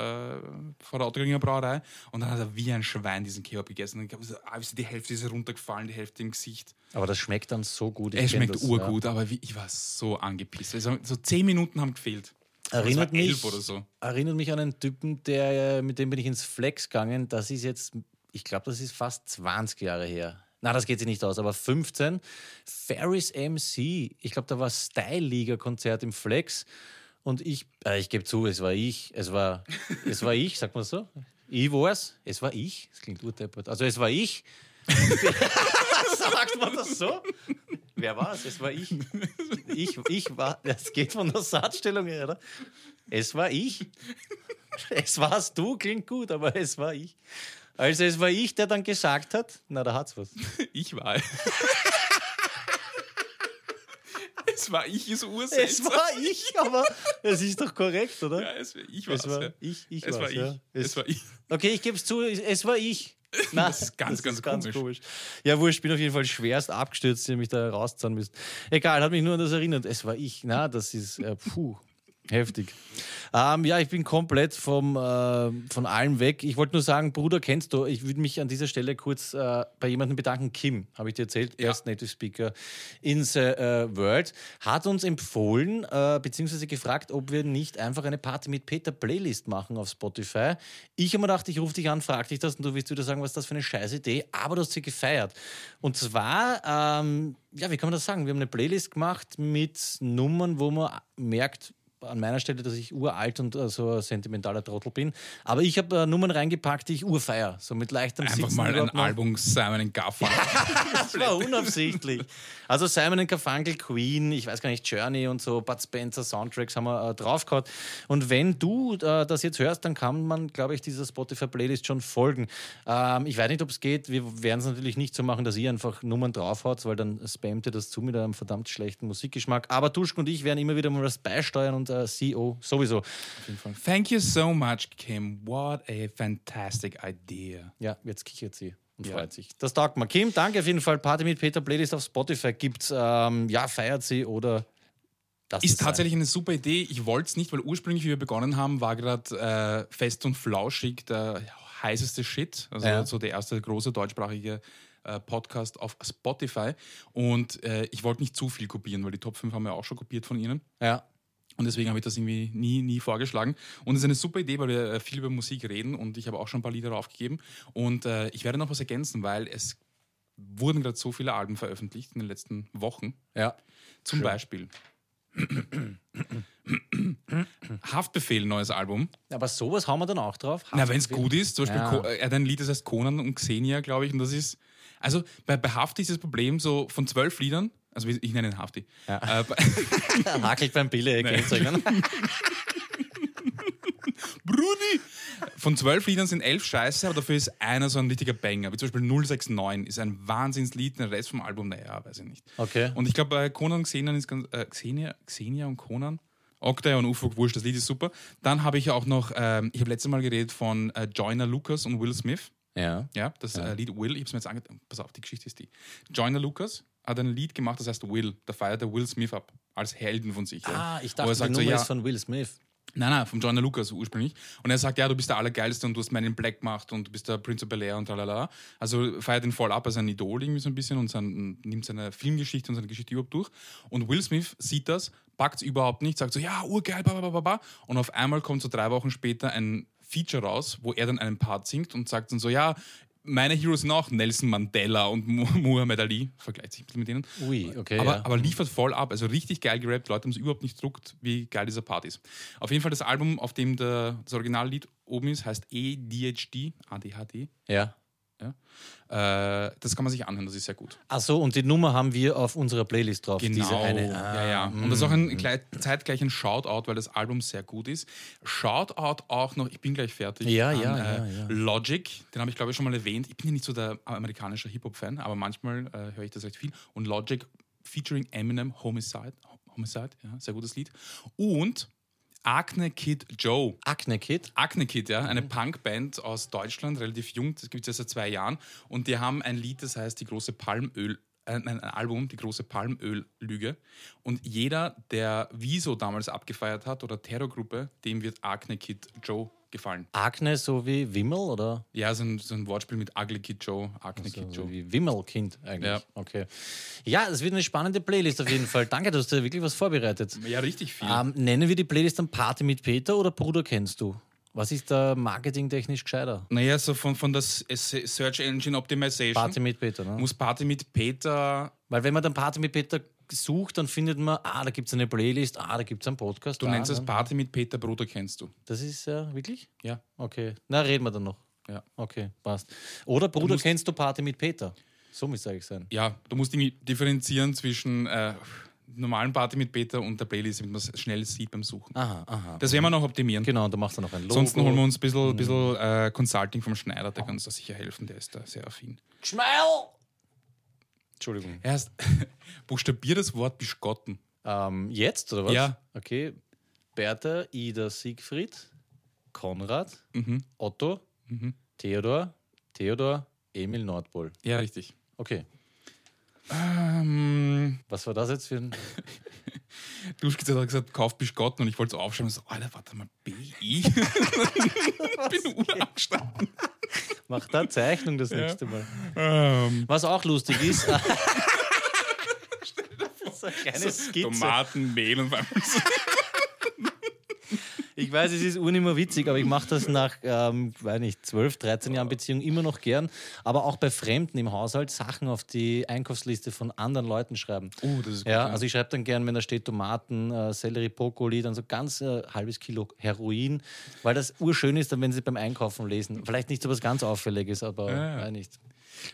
Speaker 3: vor der Otterkringer Brauerei. Und dann hat er wie ein Schwein diesen Kebab gegessen. Und ich glaub, so, ah, wisst ihr, die Hälfte ist runtergefallen, die Hälfte im Gesicht.
Speaker 2: Aber das schmeckt dann so gut. Ich
Speaker 3: Er
Speaker 2: kenn
Speaker 3: schmeckt
Speaker 2: das,
Speaker 3: urgut, aber wie, ich war so angepisst. Also, so zehn Minuten haben gefehlt.
Speaker 2: Ja.
Speaker 3: Aber es
Speaker 2: Erinnert
Speaker 3: war
Speaker 2: mich.
Speaker 3: elf oder so.
Speaker 2: erinnert mich an einen Typen, der, äh, mit dem bin ich ins Flex gegangen. Das ist jetzt, ich glaube, das ist fast 20 Jahre her. Na, das geht sich nicht aus, aber 15. Ferris MC. Ich glaube, da war Style-Liga-Konzert im Flex. Und ich, äh, ich gebe zu, es war ich. Es war, es war ich, sagt man so. Ich war's. Es war ich. Das klingt urteppert. Also, es war ich. sagt man das so? Wer war es? Es war ich. Ich, ich war. Das geht von der Satzstellung her, oder? Es war ich. Es warst du, klingt gut, aber es war ich. Also es war ich, der dann gesagt hat, na da hat's was.
Speaker 3: Ich war. Es war ich, ist Ursache.
Speaker 2: Es war ich, aber es ist doch korrekt, oder?
Speaker 3: Ja, es, ich war's,
Speaker 2: es war
Speaker 3: ja.
Speaker 2: ich, ich
Speaker 3: es war
Speaker 2: war's,
Speaker 3: ich.
Speaker 2: ja.
Speaker 3: Es, war ich.
Speaker 2: Okay, ich gebe es zu, es- es war ich. Na,
Speaker 3: Das ist ganz, ganz komisch.
Speaker 2: Ja, wurscht, ich bin auf jeden Fall schwerst abgestürzt, die mich da rauszahlen müssen. Egal, hat mich nur an das erinnert. Es war ich. Na, das ist, äh, puh, heftig. Ähm, ja, ich bin komplett vom, äh, von allem weg. Ich wollte nur sagen, Bruder, kennst du, ich würde mich an dieser Stelle kurz äh, bei jemandem bedanken. Kim, habe ich dir erzählt,
Speaker 3: Ja.
Speaker 2: erst Native Speaker in the äh, World, hat uns empfohlen, äh, beziehungsweise gefragt, ob wir nicht einfach eine Party mit Peter Playlist machen auf Spotify. Ich habe mir gedacht, ich rufe dich an, frag dich das und du wirst wieder sagen, was ist das für eine scheiß Idee, aber du hast sie gefeiert. Und zwar, ähm, ja, wie kann man das sagen? Wir haben eine Playlist gemacht mit Nummern, wo man merkt, an meiner Stelle, dass ich uralt und äh, so ein sentimentaler Trottel bin. Aber ich habe äh, Nummern reingepackt, die ich urfeier. So mit leichtem
Speaker 3: Einfach
Speaker 2: Sitzen
Speaker 3: mal ein
Speaker 2: überhaupt noch.
Speaker 3: Album Simon Garfunkel.
Speaker 2: Das war unabsichtlich. Also Simon Garfunkel, Queen, ich weiß gar nicht, Journey und so, Bud Spencer Soundtracks haben wir äh, drauf gehabt. Und wenn du äh, das jetzt hörst, dann kann man, glaube ich, dieser Spotify-Playlist schon folgen. Ähm, ich weiß nicht, ob es geht. Wir werden es natürlich nicht so machen, dass ihr einfach Nummern draufhaut, weil dann spammt ihr das zu mit einem verdammt schlechten Musikgeschmack. Aber Duschk und ich werden immer wieder mal was beisteuern und äh, CEO sowieso.
Speaker 3: Thank you so much, Kim. What a fantastic idea.
Speaker 2: Ja, jetzt kichert sie und freut sich. Das taugt mir. Kim, danke auf jeden Fall. Party mit Peter Playlist auf Spotify gibt's. Ähm, ja, feiert sie oder das
Speaker 3: Ist tatsächlich eine super Idee. Ich wollte es nicht, weil ursprünglich, wie wir begonnen haben, war gerade äh, fest und flauschig der heißeste Shit. Also
Speaker 2: Ja.
Speaker 3: so der erste große deutschsprachige äh, Podcast auf Spotify. Und äh, ich wollte nicht zu viel kopieren, weil die Top 5 haben wir auch schon kopiert von Ihnen.
Speaker 2: Ja.
Speaker 3: Und deswegen habe ich das irgendwie nie, nie vorgeschlagen. Und es ist eine super Idee, weil wir äh, viel über Musik reden und ich habe auch schon ein paar Lieder draufgegeben. Und äh, ich werde noch was ergänzen, weil es wurden gerade so viele Alben veröffentlicht in den letzten Wochen.
Speaker 2: Ja.
Speaker 3: Zum Beispiel Haftbefehl, neues Album.
Speaker 2: Aber sowas haben wir dann auch drauf.
Speaker 3: Na, wenn es gut ist, zum Beispiel,
Speaker 2: Ja.
Speaker 3: Ko- äh, er hat ein Lied, das heißt Conan und Xenia, glaube ich, und das ist, also bei, bei Hafti ist das Problem so von zwölf Liedern, also ich ich nenne ihn Hafti, äh, bei,
Speaker 2: Ja, hakelt beim Bille. kennt's euch, ne?
Speaker 3: Brudi! Von zwölf Liedern sind elf scheiße, aber dafür ist einer so ein richtiger Banger. Wie zum Beispiel 069 ist ein Wahnsinnslied, der Rest vom Album, naja, weiß ich nicht.
Speaker 2: Okay.
Speaker 3: Und ich glaube, bei Conan und Xenia ist ganz. Äh, Xenia, Xenia und Conan. Octa und Ufo, wurscht, das Lied ist super. Dann habe ich auch noch, ähm, ich habe letztes Mal geredet von äh, Joyner Lucas und Will Smith.
Speaker 2: Ja.
Speaker 3: Ja, das Äh, Lied Will, ich habe es mir jetzt angetan. Pass auf, die Geschichte ist die. Joyner Lucas hat ein Lied gemacht, das heißt Will. Da feiert er Will Smith ab. Als Helden von sich. ja.
Speaker 2: Ah, ich
Speaker 3: Wo
Speaker 2: dachte,
Speaker 3: er
Speaker 2: die
Speaker 3: sagt
Speaker 2: Nummer
Speaker 3: so, ja,
Speaker 2: ist von Will Smith.
Speaker 3: Nein, nein, von John Lucas ursprünglich. Und er sagt, ja, du bist der Allergeilste und du hast Men in Black gemacht und du bist der Prince of Bel-Air und tralala. Also feiert ihn voll ab als ein Idol irgendwie so ein bisschen und sein, nimmt seine Filmgeschichte und seine Geschichte überhaupt durch. Und Will Smith sieht das, packt es überhaupt nicht, sagt so, ja, urgeil, ba, ba, ba, ba, ba. Und auf einmal kommt so drei Wochen später ein Feature raus, wo er dann einen Part singt und sagt dann so, ja, meine Heroes sind auch Nelson Mandela und Mu- Muhammad Ali, vergleicht sich ein bisschen mit denen.
Speaker 2: Ui, okay.
Speaker 3: Aber,
Speaker 2: ja.
Speaker 3: aber liefert voll ab. Also richtig geil gerappt. Leute haben es überhaupt nicht druckt, wie geil dieser Part ist. Auf jeden Fall das Album, auf dem der, das Originallied oben ist, heißt E ADHD. ADHD.
Speaker 2: ja.
Speaker 3: Äh, das kann man sich anhören, das ist sehr gut.
Speaker 2: Ach so, und die Nummer haben wir auf unserer Playlist drauf. Diese eine. Ah,
Speaker 3: Genau. ja, ja. Und das ist auch ein, gleich, zeitgleich ein Shoutout, weil das Album sehr gut ist. Shoutout auch noch, ich bin gleich fertig. äh,
Speaker 2: Ja, ja, ja, ja.
Speaker 3: Logic, den habe ich glaube ich schon mal erwähnt. Ich bin ja nicht so der amerikanische Hip-Hop-Fan, aber manchmal äh, höre ich das recht viel. Und Logic featuring Eminem, Homicide. Homicide, ja, sehr gutes Lied. Und Acne Kid Joe.
Speaker 2: Acne Kid.
Speaker 3: Acne Kid, ja,
Speaker 2: Mhm.
Speaker 3: eine Punkband aus Deutschland, relativ jung, das gibt es ja seit zwei Jahren. Und die haben ein Lied, das heißt Die große Palmöl, äh, nein, ein Album, Die große Palmöl-Lüge. Und jeder, der Wieso damals abgefeiert hat oder Terrorgruppe, dem wird Acne Kid Joe gefallen.
Speaker 2: Acne so wie Wimmel oder
Speaker 3: Ja, so ein, so ein Wortspiel mit Ugly Kid Joe, Acne Kid
Speaker 2: so
Speaker 3: Joe.
Speaker 2: Also wie Wimmelkind eigentlich.
Speaker 3: Ja.
Speaker 2: Okay. Ja, es wird eine spannende Playlist auf jeden Fall. Danke, du hast dir wirklich was vorbereitet.
Speaker 3: Ja, richtig viel.
Speaker 2: Ähm, nennen wir die Playlist dann Party mit Peter oder Bruder kennst du? Was ist da marketingtechnisch gescheiter?
Speaker 3: Naja, so von, von der S- S- Search Engine Optimization
Speaker 2: Party mit Peter, ne?
Speaker 3: muss Party mit Peter
Speaker 2: Weil wenn man dann Party mit Peter sucht, dann findet man, ah, da gibt es eine Playlist, ah, da gibt es einen Podcast.
Speaker 3: Du
Speaker 2: ah,
Speaker 3: nennst es
Speaker 2: ne?
Speaker 3: Party mit Peter Bruder, kennst du?
Speaker 2: Das ist ja wirklich?
Speaker 3: Ja.
Speaker 2: Okay. Na, reden wir dann noch.
Speaker 3: Ja.
Speaker 2: Okay, passt. Oder Bruder,
Speaker 3: musst-
Speaker 2: kennst du Party mit Peter? So muss es eigentlich sein.
Speaker 3: ja, du musst irgendwie differenzieren zwischen äh, normalen Party mit Beta und der Playlist, damit man es schnell sieht beim Suchen.
Speaker 2: Aha, aha.
Speaker 3: Das werden wir noch optimieren.
Speaker 2: Genau, und da macht er noch ein Logo.
Speaker 3: Ah, Ansonsten holen wir uns ein bisschen, bisschen äh, Consulting vom Schneider, der kann uns da sicher helfen, der ist da sehr affin.
Speaker 2: Schmeil! Entschuldigung.
Speaker 3: Erst buchstabier das Wort Biskotten.
Speaker 2: Ähm, jetzt oder was?
Speaker 3: Ja.
Speaker 2: Okay. Bertha, Ida, Siegfried, Konrad,
Speaker 3: Mhm.
Speaker 2: Otto,
Speaker 3: Mhm.
Speaker 2: Theodor, Theodor, Emil Nordpol.
Speaker 3: Ja, richtig.
Speaker 2: Okay.
Speaker 3: Ähm,
Speaker 2: Was war das jetzt für ein.
Speaker 3: Duschkitz hat gesagt, kauf Bischgotten und ich wollte es aufschreiben. und So, Alter, warte mal, BI? ich bin unangestanden.
Speaker 2: Mach da Zeichnung das nächste Mal.
Speaker 3: Ähm,
Speaker 2: Was auch lustig ist. so eine kleine Skizze.
Speaker 3: Tomaten, Mehl und so.
Speaker 2: Ich weiß, es ist unimmer witzig, aber ich mache das nach, ähm, weiß nicht, 12, 13 Jahren Beziehung immer noch gern. Aber auch bei Fremden im Haushalt Sachen auf die Einkaufsliste von anderen Leuten schreiben.
Speaker 3: Uh, das ist gut,
Speaker 2: Ja,
Speaker 3: ja.
Speaker 2: also ich schreibe dann gern, wenn da steht Tomaten, äh, Sellerie, Brokkoli, dann so ganz äh, halbes Kilo Heroin, weil das urschön ist, dann wenn sie beim Einkaufen lesen. Vielleicht nicht so was ganz Auffälliges, aber
Speaker 3: Ja, ja.
Speaker 2: weiß nicht.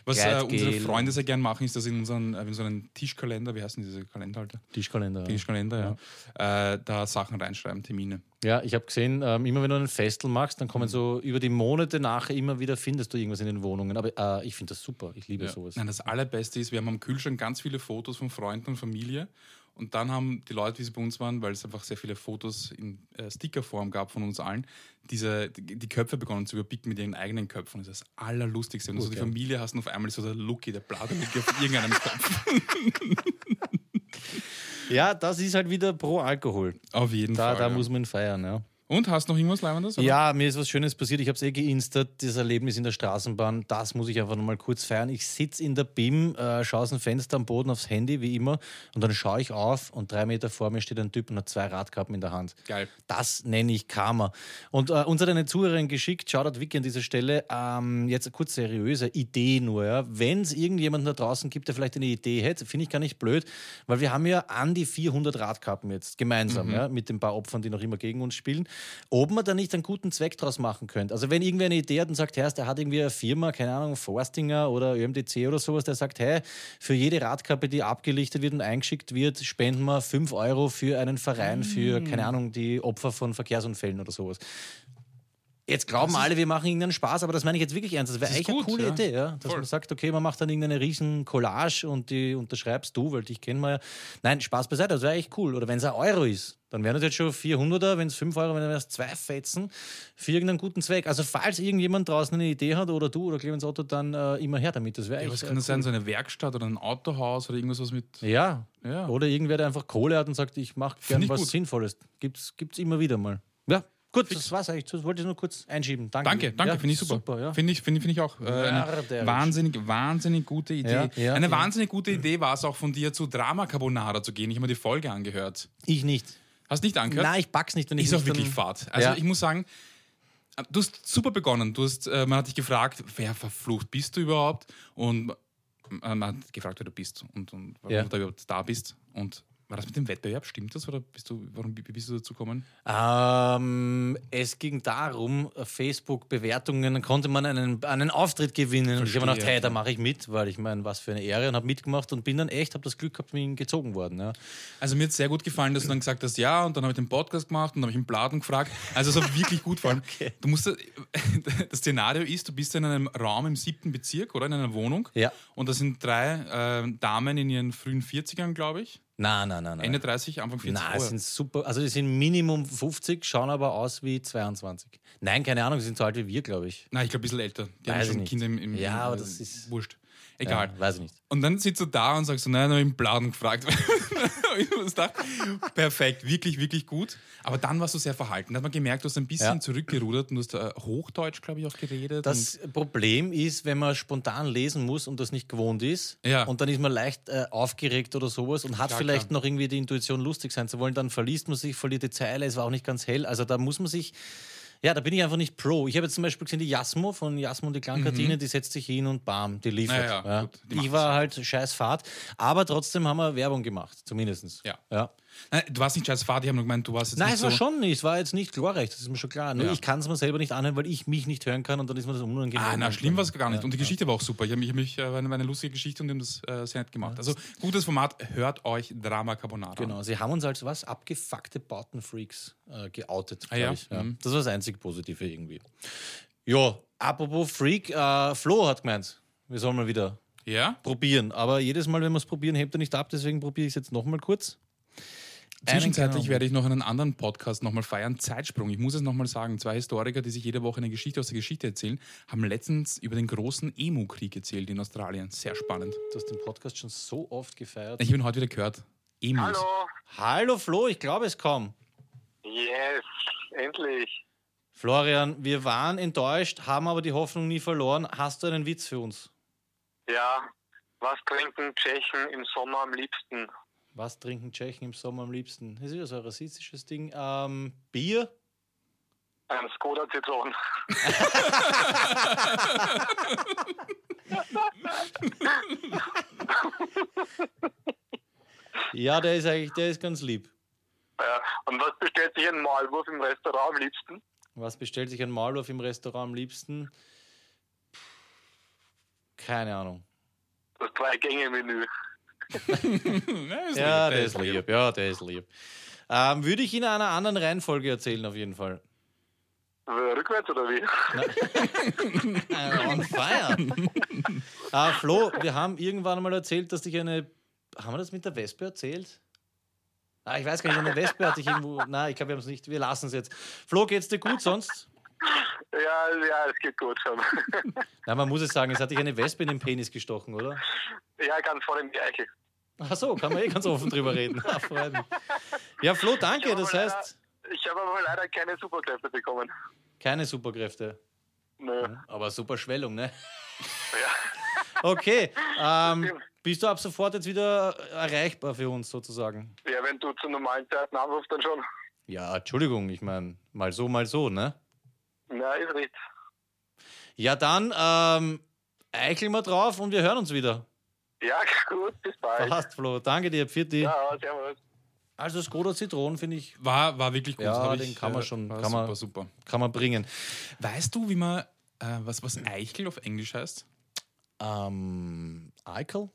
Speaker 3: Was äh,
Speaker 2: Gleitgel.
Speaker 3: unsere Freunde sehr gern machen, ist, dass in unseren, äh, in so einen Tischkalender, wie heißen diese Kalender, Alter?
Speaker 2: Tischkalender. ja.
Speaker 3: Tischkalender, ja. Äh, da Sachen reinschreiben, Termine.
Speaker 2: Ja, ich habe gesehen, ähm, immer wenn du einen Festel machst, dann
Speaker 3: Mhm.
Speaker 2: kommen so über die Monate nachher immer wieder, findest du irgendwas in den Wohnungen. Aber äh, ich finde das super, ich liebe
Speaker 3: Ja.
Speaker 2: sowas.
Speaker 3: Nein, das Allerbeste ist, wir haben am Kühlschrank ganz viele Fotos von Freunden und Familie. Und dann haben die Leute, wie sie bei uns waren, weil es einfach sehr viele Fotos in äh, Stickerform gab von uns allen, diese, die die Köpfe begonnen zu überpicken mit ihren eigenen Köpfen. Das ist das Allerlustigste. Wenn du so die
Speaker 2: Gut, ja.
Speaker 3: Familie hast und auf einmal ist so der Lucky, der Bladelige auf irgendeinem Kopf.
Speaker 2: Ja, das ist halt wieder pro Alkohol.
Speaker 3: Auf jeden
Speaker 2: Da,
Speaker 3: Fall.
Speaker 2: da
Speaker 3: ja.
Speaker 2: muss man feiern, ja.
Speaker 3: und hast noch irgendwas Leibendes? oder?
Speaker 2: Ja, mir ist was Schönes passiert. Ich habe es eh geinstert, dieses Erlebnis in der Straßenbahn. Das muss ich einfach nochmal kurz feiern. Ich sitze in der BIM, äh, schaue aus dem Fenster am Boden aufs Handy, wie immer, und dann schaue ich auf und drei Meter vor mir steht ein Typ und hat zwei Radkappen in der Hand.
Speaker 3: Geil.
Speaker 2: Das nenne ich Karma. Und äh, uns hat eine Zuhörerin geschickt, Shoutout Vicky an dieser Stelle, ähm, jetzt eine kurz seriöse Idee nur. Ja. Wenn es irgendjemanden da draußen gibt, der vielleicht eine Idee hätte, finde ich gar nicht blöd, weil wir haben ja an die 400 Radkappen jetzt
Speaker 3: Mhm.
Speaker 2: gemeinsam ja, mit den paar Opfern, die noch immer gegen uns spielen. Ob man da nicht einen guten Zweck draus machen könnte. Also wenn irgendwer eine Idee hat und sagt, Herr, der hat irgendwie eine Firma, keine Ahnung, Forstinger oder ÖMDC oder sowas, der sagt, hey, für jede Radkappe, die abgelichtet wird und eingeschickt wird, spenden wir 5 Euro für einen Verein
Speaker 3: Mm.
Speaker 2: für, keine Ahnung, die Opfer von Verkehrsunfällen oder sowas. Jetzt glauben alle, wir machen irgendeinen Spaß, aber das meine ich jetzt wirklich ernst. Das wäre
Speaker 3: ist
Speaker 2: eigentlich eine
Speaker 3: gut,
Speaker 2: coole
Speaker 3: ja.
Speaker 2: Idee, ja? dass
Speaker 3: Voll.
Speaker 2: man sagt, okay, man macht dann irgendeine riesen Collage und die unterschreibst du, weil dich kennen wir ja. Nein, Spaß beiseite, das wäre echt cool. Oder wenn es ein Euro ist, dann wären das jetzt schon 400er, wenn es 5 Euro, wenn es zwei Fetzen für irgendeinen guten Zweck. Also falls irgendjemand draußen eine Idee hat oder du oder Clemens Otto, dann äh, immer her damit. Das wäre
Speaker 3: Ja,
Speaker 2: echt
Speaker 3: was
Speaker 2: äh,
Speaker 3: kann das sein? So eine Werkstatt oder ein Autohaus oder irgendwas, was mit.
Speaker 2: ja.
Speaker 3: Ja.
Speaker 2: Oder irgendwer, der einfach Kohle hat und sagt, ich mache
Speaker 3: Find
Speaker 2: gern
Speaker 3: ich
Speaker 2: was
Speaker 3: gut.
Speaker 2: Sinnvolles. Gibt's, gibt's immer wieder mal. Ja, gut, das war's eigentlich. Das wollte ich nur kurz einschieben. Danke.
Speaker 3: Danke, danke,
Speaker 2: Ja,
Speaker 3: finde ich super.
Speaker 2: ja.
Speaker 3: Finde ich, finde, ich- finde ich auch. Äh,
Speaker 2: Mörderlich.
Speaker 3: eine wahnsinnig, wahnsinnig gute Idee.
Speaker 2: Ja, ja,
Speaker 3: eine
Speaker 2: ja.
Speaker 3: wahnsinnig gute Idee war es auch von dir zu Drama Carbonara zu gehen. Ich habe mir die Folge angehört.
Speaker 2: ich nicht.
Speaker 3: Hast nicht angehört?
Speaker 2: Nein, ich back's nicht, wenn ich
Speaker 3: Ist auch
Speaker 2: nicht,
Speaker 3: wirklich
Speaker 2: dann-
Speaker 3: Fahrt. Also
Speaker 2: Ja.
Speaker 3: ich muss sagen, du hast super begonnen. Du hast, äh, man hat dich gefragt, wer verflucht bist du überhaupt? Und äh, man hat gefragt, wer du bist und, und warum
Speaker 2: Ja.
Speaker 3: du da überhaupt da bist. Und war das mit dem Wettbewerb? Stimmt das? Oder bist du, warum wie bist du dazu gekommen?
Speaker 2: Ähm, es ging darum, Facebook-Bewertungen, dann konnte man einen, einen Auftritt gewinnen. Und ich habe mir gedacht,
Speaker 3: Verstehe.
Speaker 2: hey, da mache ich mit, weil ich meine, was für eine Ehre und habe mitgemacht und bin dann echt, habe das Glück gehabt, bin gezogen worden. Ja.
Speaker 3: Also mir hat sehr gut gefallen, dass du dann gesagt hast, ja, und dann habe ich den Podcast gemacht und dann habe ich den Bladen gefragt. Also es war wirklich gut vor allem. Du musst, das Szenario ist, du bist in einem Raum im siebten Bezirk oder in einer Wohnung.
Speaker 2: Ja.
Speaker 3: Und da sind drei äh, Damen in ihren frühen 40ern, glaube ich.
Speaker 2: Nein, nein, nein, nein.
Speaker 3: Ende 30, Anfang 40.
Speaker 2: Nein,
Speaker 3: Oh,
Speaker 2: es
Speaker 3: ja.
Speaker 2: sind super, also die sind Minimum 50, schauen aber aus wie 22. Nein, keine Ahnung, sie sind so alt wie wir, glaube ich.
Speaker 3: Nein, ich glaube, ein bisschen älter. Die
Speaker 2: Weiß ich
Speaker 3: haben schon
Speaker 2: nicht.
Speaker 3: Kinder im, im
Speaker 2: Ja,
Speaker 3: im,
Speaker 2: aber
Speaker 3: äh,
Speaker 2: das ist-
Speaker 3: Wurscht. Egal.
Speaker 2: Ja, weiß ich nicht.
Speaker 3: Und dann sitzt du da und sagst so, nein, habe ich im Bladen gefragt. ich muss da, perfekt, wirklich, wirklich gut. Aber dann warst du sehr verhalten. Da hat man gemerkt, du hast ein bisschen
Speaker 2: Ja.
Speaker 3: zurückgerudert und du hast äh, Hochdeutsch, glaube ich, auch geredet.
Speaker 2: Das Problem ist, wenn man spontan lesen muss und das nicht gewohnt ist,
Speaker 3: Ja.
Speaker 2: und dann ist man leicht äh, aufgeregt oder sowas und hat
Speaker 3: Ja,
Speaker 2: vielleicht
Speaker 3: klar.
Speaker 2: noch irgendwie die Intuition, lustig sein zu wollen, dann verliest man sich, verliert die Zeile, es war auch nicht ganz hell. Also da muss man sich, ja, da bin ich einfach nicht pro. Ich habe jetzt zum Beispiel gesehen, die Jasmo von Jasmo und die Klangkantine, die setzt sich hin und bam, die liefert.
Speaker 3: Ja, ja, Mhm. gut, die
Speaker 2: Die
Speaker 3: macht's.
Speaker 2: war halt scheiß Fahrt, aber trotzdem haben wir Werbung gemacht, zumindest.
Speaker 3: Ja.
Speaker 2: ja.
Speaker 3: und, nein, du warst nicht scheiß Vater, die haben nur gemeint, du warst jetzt
Speaker 2: Nein,
Speaker 3: nicht
Speaker 2: es war
Speaker 3: so,
Speaker 2: schon nicht, es war jetzt nicht glorreich, das ist mir schon klar. Nur
Speaker 3: Ja.
Speaker 2: ich kann es mir selber nicht anhören, weil ich mich nicht hören kann und dann ist mir das unangenehm.
Speaker 3: Ah, na, schlimm war es gar nicht.
Speaker 2: Ja.
Speaker 3: und die Geschichte war auch super. Ich habe mich, hab mich äh, war eine, war eine lustige Geschichte und die haben das äh, sehr nett gemacht. Also, gutes Format, hört euch Drama Carbonara. an.
Speaker 2: Genau, sie haben uns als was? Abgefuckte Bautenfreaks äh, geoutet.
Speaker 3: Ah,
Speaker 2: glaub
Speaker 3: ja?
Speaker 2: Ich. Ja.
Speaker 3: Mhm.
Speaker 2: Das war das einzig Positive irgendwie. Ja, apropos Freak, äh, Flo hat gemeint, wir sollen mal wieder
Speaker 3: Ja?
Speaker 2: probieren. Aber jedes Mal, wenn wir es probieren, hebt er nicht ab, deswegen probiere ich es jetzt nochmal kurz.
Speaker 3: Zwischenzeitlich werde ich noch einen anderen Podcast nochmal feiern, Zeitsprung. Ich muss es nochmal sagen, zwei Historiker, die sich jede Woche eine Geschichte aus der Geschichte erzählen, haben letztens über den großen Emu-Krieg erzählt in Australien. Sehr spannend.
Speaker 2: Du hast den Podcast schon so oft gefeiert.
Speaker 3: Ich habe ihn heute wieder gehört. Emus.
Speaker 6: Hallo.
Speaker 2: Hallo Flo, ich glaube es kaum.
Speaker 6: Yes, endlich.
Speaker 2: Florian, wir waren enttäuscht, haben aber die Hoffnung nie verloren. Hast du einen Witz für uns?
Speaker 6: Ja, was trinken Tschechen im Sommer am liebsten?
Speaker 2: Was trinken Tschechen im Sommer am liebsten? Das ist wieder so ein rassistisches Ding. Ähm, Bier?
Speaker 6: Ein Skoda Citron.
Speaker 2: Ja, der ist eigentlich, der ist ganz lieb.
Speaker 6: Ja. Und was bestellt sich ein Maulwurf im Restaurant am liebsten?
Speaker 2: Was bestellt sich ein Maulwurf im Restaurant am liebsten? Keine Ahnung.
Speaker 6: Das Drei-Gänge-Menü.
Speaker 3: Ja, ist
Speaker 2: Ja,
Speaker 3: lieb,
Speaker 2: der ist lieb. Ja, der ist lieb. Ähm, würde ich in einer anderen Reihenfolge erzählen, auf jeden Fall.
Speaker 6: Äh, Rückwärts oder wie?
Speaker 2: Äh, On fire. äh, Flo, wir haben irgendwann mal erzählt, dass dich eine. Haben wir das mit der Wespe erzählt? Ah, ich weiß gar nicht, eine Wespe hatte ich irgendwo. Nein, ich glaube, wir haben es nicht. Wir lassen es jetzt. Flo, geht's dir gut sonst?
Speaker 6: Ja, ja, es geht gut schon.
Speaker 2: Na, man muss es sagen, es hat dich eine Wespe in den Penis gestochen, oder?
Speaker 6: ja, ganz vor dem Geichel.
Speaker 2: Ach so, kann man eh ganz offen drüber reden. Ah, freut mich. Ja, Flo, danke. Das heißt,
Speaker 6: Ich habe aber leider keine Superkräfte bekommen.
Speaker 2: keine Superkräfte.
Speaker 6: Nö.
Speaker 2: Aber super Schwellung, ne?
Speaker 6: Ja.
Speaker 2: Okay. Ähm, bist du ab sofort jetzt wieder erreichbar für uns sozusagen?
Speaker 6: ja, wenn du zu normalen Zeiten anrufst, dann schon.
Speaker 2: Ja, Entschuldigung, ich meine, mal so, mal so, ne?
Speaker 6: Na, ist richtig.
Speaker 2: Ja, dann ähm, eicheln wir drauf und wir hören uns wieder.
Speaker 6: Ja, gut, bis bald.
Speaker 2: Passt, Flo. Danke dir, Pfiati.
Speaker 6: Ja, servus.
Speaker 2: Also Skoda Zitronen, finde ich,
Speaker 3: War, war wirklich gut.
Speaker 2: Ja,
Speaker 3: Das hab äh,
Speaker 2: den kann man schon-
Speaker 3: War
Speaker 2: kann man-
Speaker 3: super, super.
Speaker 2: kann man bringen.
Speaker 3: Weißt du, wie man, äh, was, was Eichel auf Englisch heißt?
Speaker 2: Ähm, Eichel?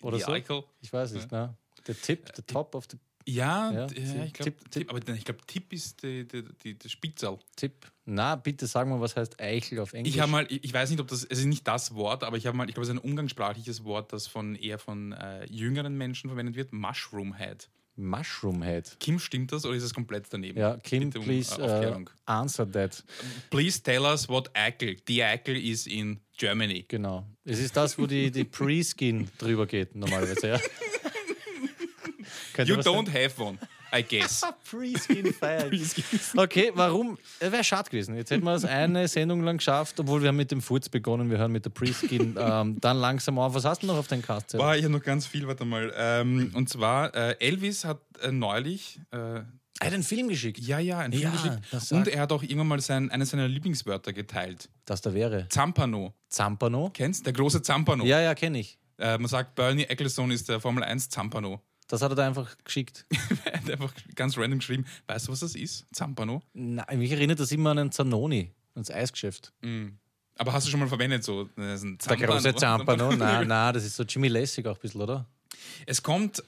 Speaker 2: Oder
Speaker 3: Die
Speaker 2: so?
Speaker 3: Eichel.
Speaker 2: Ich weiß nicht, ne? Der Tip, der Top of the
Speaker 3: Ja,
Speaker 2: Ja,
Speaker 3: ja, ich glaube,
Speaker 2: Tipp,
Speaker 3: Tipp,
Speaker 2: Tipp.
Speaker 3: aber ich glaube, Tipp ist die, die, die, die Spitzerl.
Speaker 2: Tip. Na, bitte sag mal, was heißt Eichel auf Englisch?
Speaker 3: Ich habe mal, ich ich weiß nicht, ob das, es ist nicht das Wort, aber ich habe mal, ich glaube, es ist ein umgangssprachliches Wort, das von eher von äh, jüngeren Menschen verwendet wird, Mushroom Head.
Speaker 2: Mushroom Head.
Speaker 3: Kim, stimmt das oder ist es komplett daneben?
Speaker 2: Ja, Kim,
Speaker 3: Bitte um,
Speaker 2: please
Speaker 3: äh,
Speaker 2: äh,
Speaker 3: Aufklärung.
Speaker 2: answer that.
Speaker 3: Please tell us what Eichel, die Eichel is in Germany.
Speaker 2: Genau. Es ist das, wo die, die Pre-Skin drüber geht, normalerweise, ja. Könnte
Speaker 3: You
Speaker 2: was sein.
Speaker 3: don't have one, I guess.
Speaker 2: Pre-Skin feiern. okay, warum? Wäre schade gewesen. Jetzt hätten wir es eine Sendung lang geschafft, obwohl wir haben mit dem Furz begonnen, wir hören mit der Pre-Skin ähm, dann langsam auf. Was hast du noch auf deinem Cast?
Speaker 3: Boah, ich habe noch ganz viel, warte mal. Ähm, und zwar, äh, Elvis hat äh, neulich, äh,
Speaker 2: Er hat einen Film geschickt.
Speaker 3: ja, ja, ein Film
Speaker 2: Ja, das
Speaker 3: geschickt.
Speaker 2: sagt-
Speaker 3: Und er hat auch irgendwann mal sein, eines seiner Lieblingswörter geteilt.
Speaker 2: Das da wäre.
Speaker 3: Zampano.
Speaker 2: Zampano?
Speaker 3: Kennst? Der große Zampano.
Speaker 2: Ja, ja, kenne ich.
Speaker 3: Äh, man sagt, Bernie Ecclestone ist der Formel 1 Zampano.
Speaker 2: Das hat er da einfach geschickt.
Speaker 3: er hat einfach ganz random geschrieben, weißt du, was das ist? Zampano.
Speaker 2: Nein, mich erinnert das immer an einen Zanoni, ans Eisgeschäft.
Speaker 3: Aber hast du schon mal verwendet, so das ist
Speaker 2: Der
Speaker 3: ein Zampano?
Speaker 2: große Zampano. Nein, nein, das ist so Jimmy Lessig auch ein bisschen, oder?
Speaker 3: Es kommt,